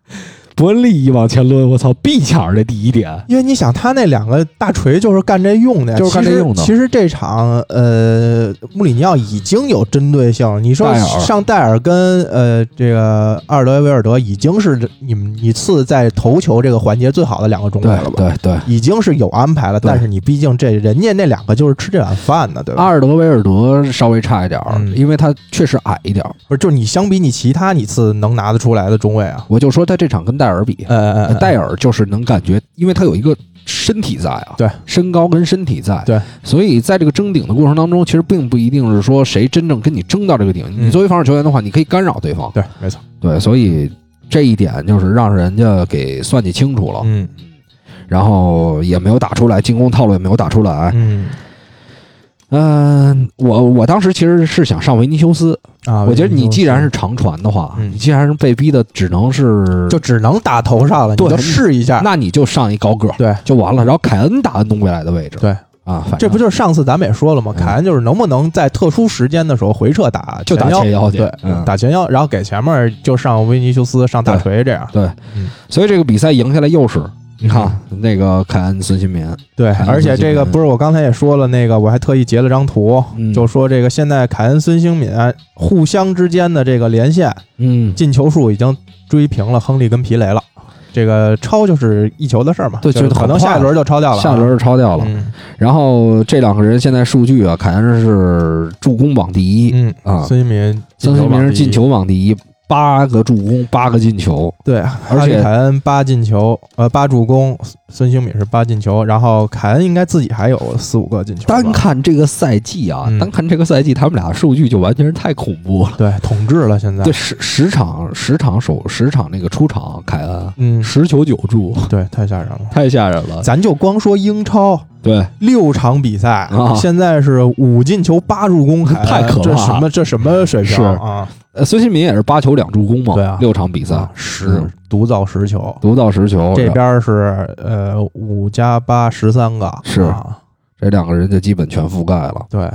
S2: 伯恩利一往前抡，我操，必抢这第一点，
S3: 因为你想，他那两个大锤就是干这用的呀，
S2: 就是干这
S3: 其实
S2: 用的
S3: 其实这场，呃，穆里尼奥已经有针对性了。你说
S2: 戴尔
S3: 上戴尔跟呃这个阿尔德维尔德，已经是你们你次在头球这个环节最好的两个中
S2: 对
S3: 卫了吧？
S2: 对对。
S3: 已经是有安排了，
S2: 对啊
S3: 但是你毕竟这人家那两个就是吃这碗饭的，对吧？
S2: 阿尔德维尔德稍微差一点儿，
S3: 嗯
S2: 因为他确实矮一点儿。
S3: 不是，就是你相比你其他你次能拿得出来的中卫啊，
S2: 我就说他这场跟戴尔比，
S3: 呃，
S2: 呃
S3: 呃
S2: 戴尔就是能感觉，因为他有一个身体在啊，
S3: 对，
S2: 身高跟身体在，
S3: 对，
S2: 所以在这个争顶的过程当中，其实并不一定是说谁真正跟你争到这个顶。
S3: 嗯
S2: 你作为防守球员的话，你可以干扰对方，
S3: 对，没错，
S2: 对，所以这一点就是让人家给算计清楚了，
S3: 嗯
S2: 然后也没有打出来，进攻套路也没有打出来。
S3: 嗯
S2: 嗯，我我当时其实是想上维尼修斯，
S3: 啊，
S2: 我觉得你既然是长传的话，
S3: 嗯
S2: 你既然是被逼的，只能是
S3: 就只能打头上了，你
S2: 对
S3: 就试一下，
S2: 那你就上一高个儿
S3: 对
S2: 就完了，然后凯恩打恩东未来的位置，
S3: 对
S2: 啊，反正
S3: 这不就是上次咱们也说了吗？
S2: 嗯
S3: 凯恩就是能不能在特殊时间的时候回撤打
S2: 就打
S3: 前
S2: 前腰去，
S3: 对，
S2: 嗯，
S3: 打前腰，然后给前面就上维尼修斯上大锤这样。
S2: 对
S3: 嗯，
S2: 所以这个比赛赢下来又是你看那个凯恩孙兴民，
S3: 对，
S2: 凯恩
S3: 而且
S2: 孙兴
S3: 这个
S2: 民
S3: 不是我刚才也说了，那个我还特意截了张图，
S2: 嗯
S3: 就说这个现在凯恩、孙兴敏啊互相之间的这个连线
S2: 嗯，
S3: 进球数已经追平了亨利跟皮雷了。这个超就是一球的事儿嘛，
S2: 对
S3: 就是
S2: 就是
S3: 可能
S2: 很快
S3: 下一轮就超掉了啊，
S2: 下轮是超掉了。
S3: 嗯
S2: 然后这两个人现在数据啊，凯恩是助攻榜第一，
S3: 嗯
S2: 啊
S3: 孙兴民
S2: 孙兴民是进
S3: 球。
S2: 球榜第一，八个助攻，八个进球，
S3: 对，哈
S2: 且
S3: 里凯恩八进球，呃，八助攻，孙兴敏是八进球，然后凯恩应该自己还有四五个进球吧。
S2: 单看这个赛季啊，
S3: 嗯
S2: 单看这个赛季，他们俩数据就完全是太恐怖了。
S3: 对统治了现在
S2: 对，，十十场十场首十场那个出场，凯恩
S3: 嗯，
S2: 十球九助，
S3: 对，太吓人了。
S2: 太吓人了。
S3: 咱就光说英超
S2: 对，
S3: 六场比赛，
S2: 啊
S3: 现在是五进球八助攻，凯恩
S2: 太可怕了
S3: 这什么这什么水平
S2: 是
S3: 啊？
S2: 呃，孙兴民也是八球两助攻嘛，
S3: 对啊
S2: 六场比赛
S3: 啊十
S2: 嗯
S3: 独造十球，
S2: 独到十球，
S3: 这边是呃五加八十三个，
S2: 是
S3: 啊
S2: 这两个人就基本全覆盖了。
S3: 对，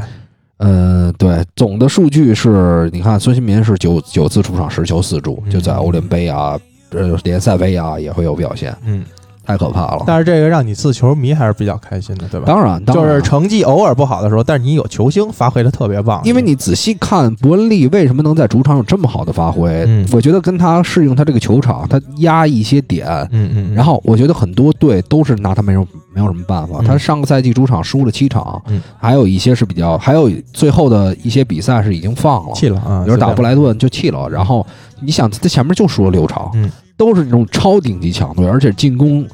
S2: 呃，对，总的数据是，你看孙兴民是九九次出场十球四助，
S3: 嗯
S2: 就在欧联杯啊、呃联赛杯啊也会有表现，
S3: 嗯，
S2: 太可怕了。
S3: 但是这个让你自球迷还是比较开心的，对吧？
S2: 当然，当
S3: 就
S2: 然
S3: 是成绩偶尔不好的时候，但是你有球星发挥的特别棒，
S2: 因为你仔细看伯恩利为什么能在主场有这么好的发挥，
S3: 嗯
S2: 我觉得跟他适应他这个球场，他压一些点，
S3: 嗯嗯，嗯
S2: 然后我觉得很多队都是拿他没有没有什么办法。
S3: 嗯
S2: 他上个赛季主场输了七场，
S3: 嗯
S2: 还有一些是比较，还有最后的一些比赛是已经放了，
S3: 气了啊，
S2: 比如打布
S3: 来，
S2: 莱顿就气了。然后你想，他前面就输了六场，
S3: 嗯
S2: 都是那种超顶级强队，而且进攻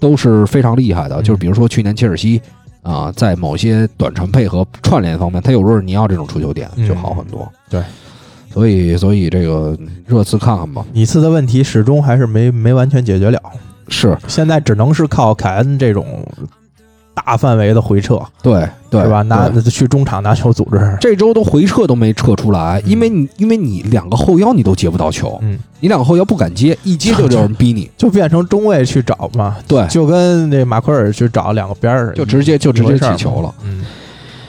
S2: 都是非常厉害的。
S3: 嗯
S2: 就是比如说去年切尔西啊、在某些短传配合串联方面，他有若尔尼奥这种出球点
S3: 嗯
S2: 就好很多。
S3: 对。
S2: 所以，所以这个热刺看看吧，
S3: 你次的问题始终还是没没完全解决了，
S2: 是
S3: 现在只能是靠凯恩这种大范围的回撤，
S2: 对对
S3: 是吧？拿
S2: 对
S3: 去中场拿球组织，
S2: 这周都回撤都没撤出来，
S3: 嗯
S2: 因为你因为你两个后腰你都接不到球，
S3: 嗯，
S2: 你两个后腰不敢接，一接就有人逼你，
S3: 就变成中卫去找嘛，
S2: 对，
S3: 就跟那马奎尔去找两个边儿，
S2: 就直接就直接起球了。
S3: 嗯，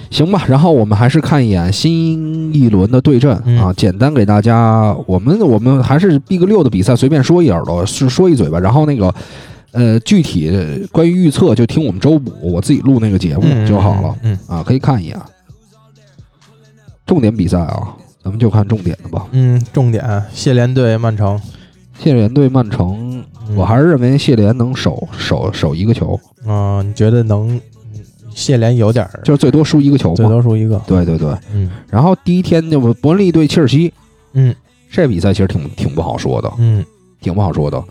S2: 行吧，然后我们还是看一眼新一轮的对阵、
S3: 嗯
S2: 啊，简单给大家，我们我们还是 B 个六的比赛随便说一耳朵，是说一嘴巴，然后那个。呃，具体的关于预测就听我们周五我自己录那个节目
S3: 嗯
S2: 就好了、，
S3: 嗯
S2: 啊，可以看一眼。重点比赛啊，咱们就看重点的吧。
S3: 嗯，重点谢联对曼城，
S2: 谢联对曼城，
S3: 嗯
S2: 我还是认为谢联能守守守一个球，
S3: 嗯，你觉得能谢联有点儿
S2: 就是最多输一个球
S3: 最
S2: 嘛。
S3: 多输一个，
S2: 对对对，
S3: 嗯
S2: 然后第一天就伯恩利对切尔西，
S3: 嗯
S2: 这比赛其实挺挺不好说的，
S3: 嗯。
S2: 挺不好说的。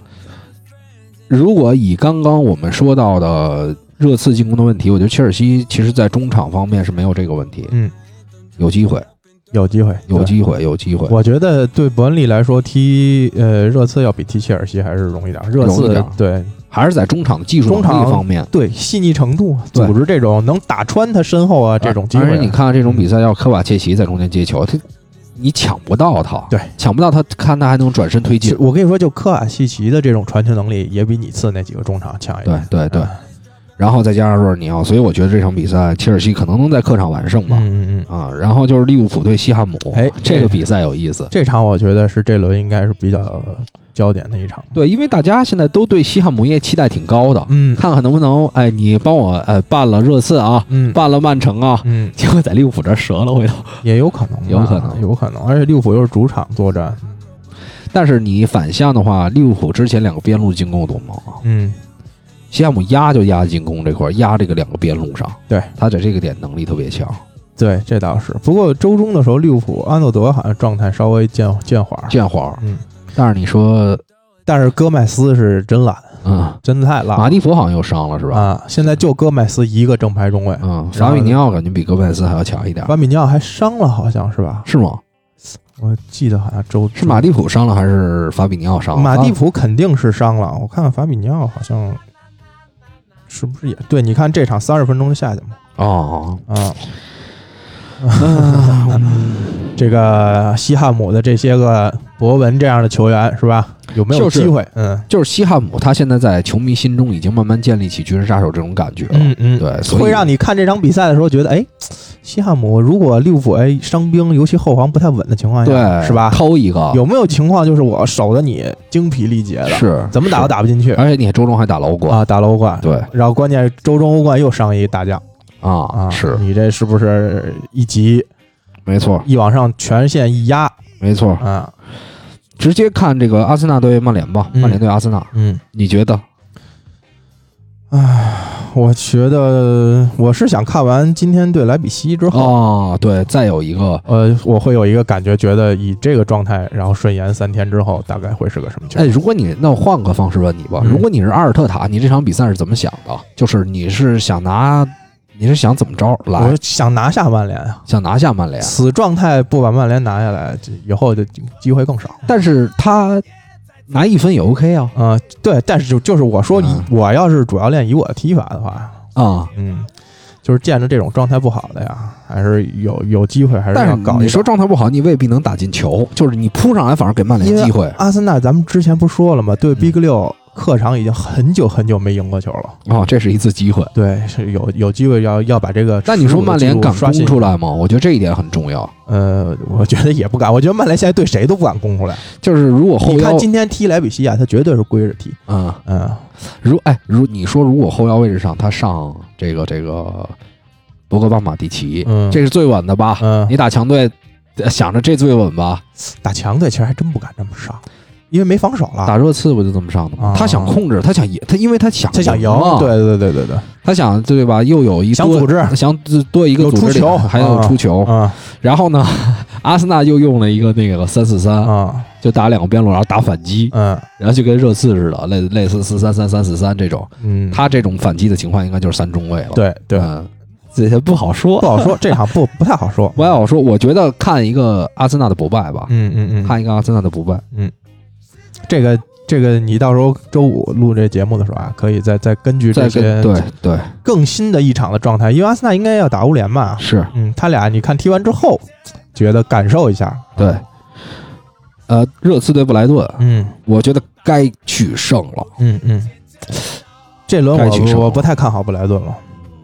S2: 如果以刚刚我们说到的热刺进攻的问题，我觉得切尔西其实在中场方面是没有这个问题，
S3: 嗯，
S2: 有机会，
S3: 有机会，
S2: 有
S3: 对。
S2: 机会，有机会。
S3: 我觉得对伯恩利来说，踢呃热刺要比踢切尔西还是容易点儿。热
S2: 容易
S3: 刺
S2: 点儿
S3: 对
S2: 还是在中场技术
S3: 中
S2: 能力
S3: 场
S2: 方面，啊
S3: 对细腻程度、
S2: 对
S3: 组织这种能打穿他身后啊这种机会啊，
S2: 而且你看这种比赛，要是科瓦切奇在中间接球，他你抢不到他，
S3: 对，
S2: 抢不到他，看他还能转身推进
S3: 其实。我跟你说，就科瓦西奇的这种传球能力也比你次那几个中场强一
S2: 对
S3: 点。
S2: 对对
S3: 嗯，
S2: 然后再加上若尔尼奥，所以我觉得这场比赛切尔西可能能在客场完胜吧。
S3: 嗯嗯嗯，
S2: 啊，然后就是利物浦对西汉姆，
S3: 哎
S2: 这个比赛有意思。
S3: 这场我觉得是这轮应该是比较焦点的一场。
S2: 对，因为大家现在都对西汉姆业期待挺高的，
S3: 嗯
S2: 看看能不能，哎，你帮我，哎，办了热刺啊，
S3: 嗯
S2: 办了曼城啊，
S3: 嗯，
S2: 结果在利物浦这儿折了回头。
S3: 也有可能吧，
S2: 有可能
S3: 有可能。而且利物浦又是主场作战，
S2: 但是你反向的话，利物浦之前两个边路进攻多猛啊！
S3: 嗯，
S2: 西汉姆压就压进攻这块儿，压这个两个边路上，
S3: 对啊
S2: 他在这个点能力特别强。
S3: 对，这倒是。不过周中的时候，利物浦安诺德好像状态稍微见见缓儿，
S2: 建华，
S3: 嗯，
S2: 但是你说
S3: 但是戈麦斯是真懒，
S2: 嗯，
S3: 真的太烂
S2: 马
S3: 了
S2: 蒂普好像又伤了是吧？
S3: 啊！现在就戈麦斯一个正牌中卫，
S2: 嗯，
S3: 然
S2: 法
S3: 后
S2: 比尼奥感觉比戈麦斯还要强一点，
S3: 巴米尼奥还伤了，好像是吧？
S2: 是吗？
S3: 我记得好像周
S2: 是马蒂普伤了还是法比尼奥伤了？
S3: 马蒂
S2: 啊
S3: 普肯定是伤了，我看看法比尼奥好像是不是也对？你看这场三十分钟就下去嘛，
S2: 哦，
S3: 啊，
S2: 啊
S3: 这个西汉姆的这些个博文这样的球员是吧？有没有
S2: 就是
S3: 机会？嗯
S2: 就是西汉姆，他现在在球迷心中已经慢慢建立起军事杀手这种感觉了。
S3: 嗯嗯，
S2: 对，所以
S3: 会让你看这场比赛的时候觉得，哎，西汉姆如果利物浦哎伤兵，尤其后防不太稳的情况下，
S2: 对
S3: 是吧？
S2: 抠一个
S3: 有没有情况就是我守的你精疲力竭的，
S2: 是
S3: 怎么打都
S2: 是
S3: 打不进去
S2: 而且你周中还打了欧冠，
S3: 啊？打了欧冠，
S2: 对
S3: 然后关键是周中欧冠又上一大将
S2: 啊，
S3: 啊，
S2: 是
S3: 你这是不是一级
S2: 没错，
S3: 一往上全线一压
S2: 没错。
S3: 啊？
S2: 直接看这个阿森纳对曼联吧，
S3: 嗯
S2: 曼联对阿森纳，
S3: 嗯，
S2: 你觉得？
S3: 我觉得我是想看完今天对莱比锡之后。
S2: 哦，对，再有一个，
S3: 呃，我会有一个感觉，觉得以这个状态，然后顺延三天之后，大概会是个什么球
S2: 哎，？如果你那我换个方式问你吧，
S3: 嗯
S2: 如果你是阿尔特塔，你这场比赛是怎么想的？就是你是想拿，你是想怎么着来
S3: 我，想拿下曼联啊！
S2: 想拿下曼联？
S3: 此状态不把曼联拿下来，这以后的机会更少。
S2: 但是他拿一分也 OK 啊
S3: 嗯、对，但是就就是我说，以
S2: 嗯
S3: 我要是主要练以我的踢法的话，
S2: 啊！
S3: 嗯，就是见着这种状态不好的呀，还是有有机会还是
S2: 但
S3: 要
S2: 是
S3: 搞一搞。
S2: 你说状态不好，你未必能打进球，就是你扑上来反而给曼联
S3: 因为
S2: 机会
S3: 阿森纳，咱们之前不说了吗？
S2: 嗯
S3: 对 Big 六客场已经很久很久没赢过球了，
S2: 哦，这是一次机会。
S3: 对，是有有机会要要把这个。
S2: 但你说曼联敢
S3: 刷
S2: 攻
S3: 新？
S2: 出来吗？我觉得这一点很重要。
S3: 呃，我觉得也不敢，我觉得曼联现在对谁都不敢攻出来。
S2: 就是如果后
S3: 你看
S2: 腰，
S3: 今天踢莱比锡啊亚，他绝对是归着踢，
S2: 嗯，
S3: 嗯。
S2: 如哎，如你说，如果后腰位置上他上这个这个博格巴、马蒂奇，
S3: 嗯
S2: 这是最稳的吧？
S3: 嗯
S2: 你打强队，呃想着这最稳吧？
S3: 打强队其实还真不敢这么上，因为没防守了，
S2: 打热刺不就这么上的吗？
S3: 啊
S2: 他想控制，他想赢，他因为他想
S3: 他想赢
S2: 嘛，
S3: 对对对对对，
S2: 他想对吧？又有一
S3: 想
S2: 多
S3: 组织
S2: 想多一个
S3: 有
S2: 组织
S3: 出
S2: 力
S3: 球
S2: 还有
S3: 啊
S2: 出球。
S3: 啊
S2: 然后呢， 阿森纳又用了一个那个三四三，
S3: 啊
S2: 就打两个边路，然后打反击，
S3: 嗯
S2: 然后就跟热刺似的，类类似四三三三四三这种。
S3: 嗯，
S2: 他这种反击的情况应该就是三中卫了。
S3: 对对
S2: 嗯，这些不好说
S3: 不。好说，这场 不不太好说，
S2: 不太好说，我觉得看一个阿森纳的不败吧，
S3: 嗯嗯嗯，
S2: 看一个阿森纳的不败。
S3: 这个这个，你到时候周五录这节目的时候啊，可以再再根据这
S2: 再跟
S3: 些
S2: 对对
S3: 更新的一场的状态，因为阿森纳应该要打欧联嘛，
S2: 是，
S3: 嗯，他俩你看踢完之后，觉得感受一下，
S2: 对，呃，热刺对布莱顿，
S3: 嗯
S2: 我觉得该取胜了，
S3: 嗯嗯，这轮
S2: 该取胜
S3: 我我不太看好布莱顿了，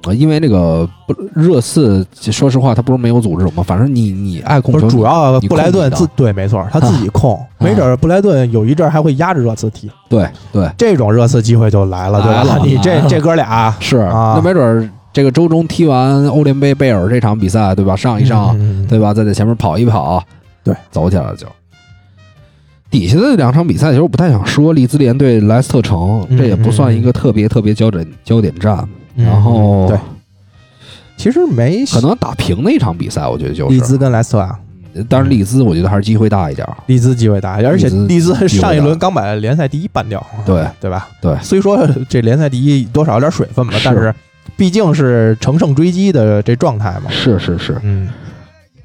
S2: 呃因为那个不热刺，说实话，他不是没有组织吗？反正你你爱控
S3: 不
S2: 球，
S3: 是主要
S2: 你
S3: 布莱
S2: 控
S3: 顿
S2: 制啊
S3: 自对没错，他自己控，没准儿布莱顿有一阵儿还会压着热刺踢，
S2: 对对
S3: 这种热刺机会就来了，对
S2: 来
S3: 吧？
S2: 了
S3: 你这
S2: 来了
S3: 这哥俩
S2: 是，
S3: 啊
S2: 那没准儿这个周中踢完欧联杯贝尔这场比赛，对吧？上一上，
S3: 嗯嗯嗯
S2: 对吧？再在前面跑一跑，
S3: 对，
S2: 走起来了就。底下的两场比赛，其实我不太想说，利兹联对莱斯特城，
S3: 嗯
S2: 这也不算一个特别特别焦点焦点战。
S3: 嗯
S2: 然后
S3: 嗯对，其实没
S2: 可能打平的一场比赛，我觉得就
S3: 利
S2: 是。
S3: 兹跟莱斯特啊，
S2: 当然，利兹我觉得还是机会大一点儿。
S3: 利兹机会大，而且
S2: 利兹
S3: 利兹
S2: 机会大
S3: 上一轮刚把联赛第一扳掉，
S2: 对
S3: 对吧？
S2: 对
S3: 虽说这联赛第一多少有点水分吧
S2: 是，
S3: 但是毕竟是乘胜追击的这状态嘛。
S2: 是是是，
S3: 嗯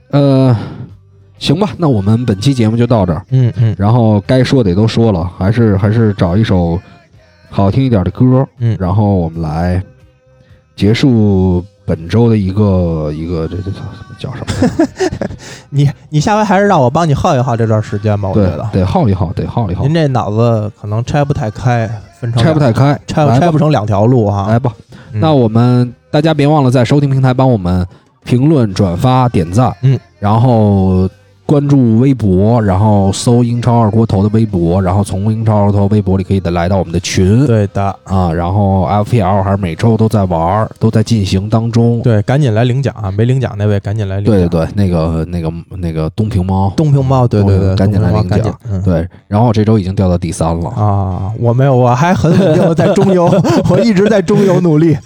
S2: 呃，行吧，那我们本期节目就到这儿。
S3: 嗯嗯
S2: 然后该说的也都说了，还是还是找一首好听一点的歌，
S3: 嗯
S2: 然后我们来结束本周的一个一个这这这叫什么？
S3: 你你下回还是让我帮你耗一耗这段时间吧，我觉
S2: 对
S3: 得，。
S2: 得耗一耗，得耗一耗
S3: 您，这脑子可能拆不太开，分成
S2: 拆不
S3: 两
S2: 太开，
S3: 拆
S2: 来
S3: 拆
S2: 吧
S3: 不成两条路哈。
S2: 来吧。
S3: 嗯
S2: 那我们大家别忘了在收听平台帮我们评论、转发、点赞，
S3: 嗯，
S2: 然后。关注微博，然后搜“英超二锅头”的微博，然后从“英超二锅头”微博里可以的来到我们的群，
S3: 对的，
S2: 啊，然后 FPL 还是每周都在玩儿，都在进行当中。
S3: 对，赶紧来领奖啊！没领奖那位赶紧来领奖。
S2: 对对对，那个那个那个东平猫，
S3: 东平猫，对对对，
S2: 赶紧来
S3: 东
S2: 领
S3: 平猫赶紧
S2: 奖。
S3: 嗯，
S2: 对，然后我这周已经掉到第三了，
S3: 啊，我没有，我还很稳定的在 中游，我一直在中游努 力。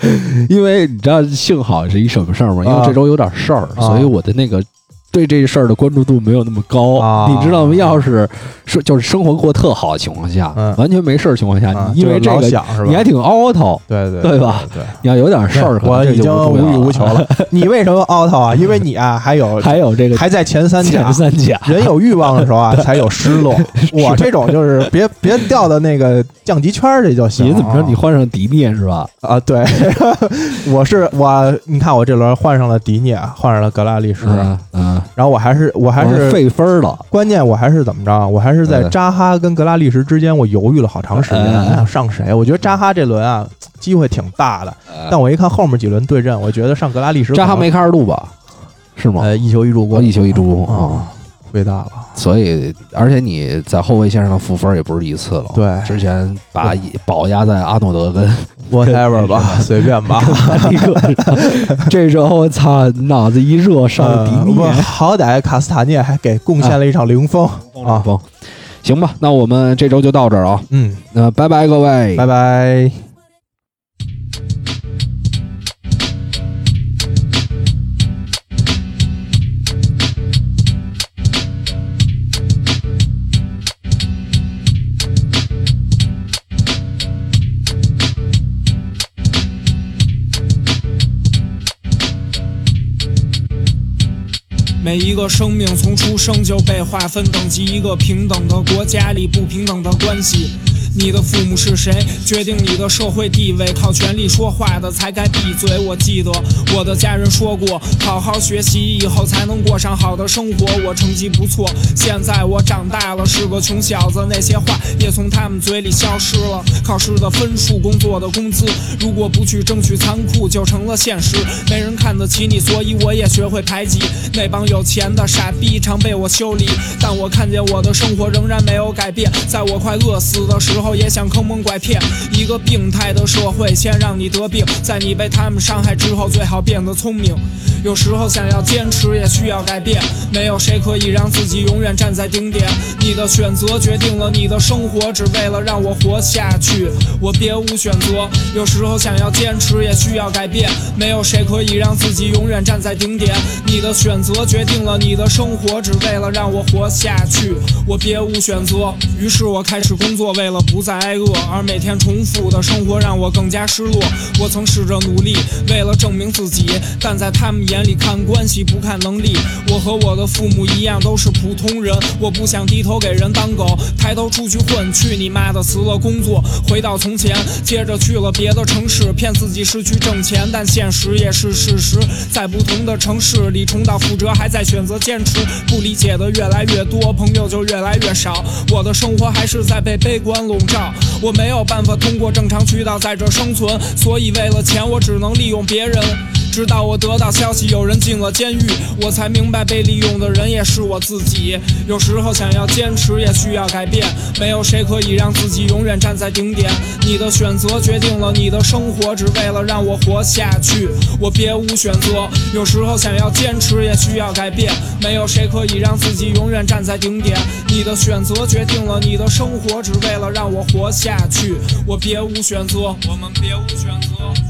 S2: 因为你知道幸好是一什么事儿吗？因为
S3: 啊
S2: 这周有点事儿，
S3: 啊
S2: 所以我的那个对这事儿的关注度没有那么高，
S3: 啊
S2: 你知道吗？要是是就是生活过得特好的情况下，
S3: 嗯
S2: 完全没事儿的情况下，
S3: 啊
S2: 你因为
S3: 就
S2: 这
S3: 老
S2: 个
S3: 想是吧？
S2: 你还挺凹头，
S3: 对对
S2: 对吧？
S3: 对，
S2: 你要有点事儿，可能
S3: 我
S2: 这
S3: 已
S2: 就
S3: 经
S2: 不重要
S3: 无欲
S2: 了
S3: 无求。 了。你为什么 out 啊？因为你啊，还有
S2: 还有这个
S3: 还在前三甲
S2: 前。三甲，
S3: 人有欲望的时候 啊，才有失落。我这种就是别别掉到那个降级圈儿里就行。
S2: 你怎么着？你换上迪涅是吧？
S3: 啊？对，我是我，你看我这轮换上了迪涅，换上了格拉利什，
S2: 嗯嗯，
S3: 然后我还是我还
S2: 我
S3: 是
S2: 费分儿了。
S3: 关键我还是怎么着？啊我还是在
S2: 嗯
S3: 扎哈跟格拉利什之间，我犹豫了好长时间，
S2: 嗯
S3: 我想上谁？我觉得扎哈这轮啊，机会挺大的。但我一看后面几轮对阵，我觉得上格拉利什
S2: 哎扎哈
S3: 可能
S2: 梅开二度吧？哎是吗？
S3: 呃一球一助
S2: 我
S3: 攻，
S2: 一球一助攻啊
S3: 啊，，亏大了。
S2: 所以而且你在后卫线上的负分也不是一次了。，
S3: 对
S2: 之前把保压在阿诺 德跟
S3: ，whatever 吧，随 便吧。
S2: 那个，这时候我操，脑子一热上
S3: 呃
S2: 迪
S3: 不
S2: 涅，
S3: 好歹卡斯塔涅还给贡献了一场零封啊。
S2: 风，行吧，那我们这周就到这儿啊，
S3: 嗯，
S2: 那拜拜各位，
S3: 拜拜。
S4: 每一个生命从出生就被划分等级，一个平等的国家里不平等的关系。你的父母是谁，决定你的社会地位。靠权力说话的才该闭嘴。我记得我的家人说过，好好学习以后才能过上好的生活。我成绩不错，现在我长大了，是个穷小子。那些话也从他们嘴里消失了。考试的分数，工作的工资，如果不去争取，残酷就成了现实。没人看得起你，所以我也学会排挤。那帮有钱的傻逼常被我修理，但我看见我的生活仍然没有改变。在我快饿死的时候，也想坑蒙拐骗。一个病态的社会，先让你得病，在你被他们伤害之后，最好变得聪明。有时候想要坚持，也需要改变。没有谁可以让自己永远站在顶点。你的选择决定了你的生活，只为了让我活下去，我别无选择。有时候想要坚持，也需要改变。没有谁可以让自己永远站在顶点。你的选择决定了你的生活，只为了让我活下去，我别无选择。于是我开始工作，为了不再挨饿，而每天重复的生活让我更加失落。我曾试着努力，为了证明自己，但在他们眼里看关系不看能力。我和我的父母一样，都是普通人，我不想低头给人当狗，抬头出去混，去你妈的！辞了工作，回到从前，接着去了别的城市，骗自己是去挣钱，但现实也是事实。在不同的城市里重蹈覆辙，还在选择坚持。不理解的越来越多，朋友就越来越少。我的生活还是在被悲观笼罩，我没有办法通过正常渠道在这生存，所以为了钱，我只能利用别人。直到我得到消息有人进了监狱，我才明白被利用的人也是我自己。有时候想要坚持，也需要改变。没有谁可以让自己永远站在顶点。你的选择决定了你的生活，只为了让我活下去，我别无选择。有时候想要坚持，也需要改变。没有谁可以让自己永远站在顶点。你的选择决定了你的生活，只为了让我活下去，我别无选择。我们别无选择。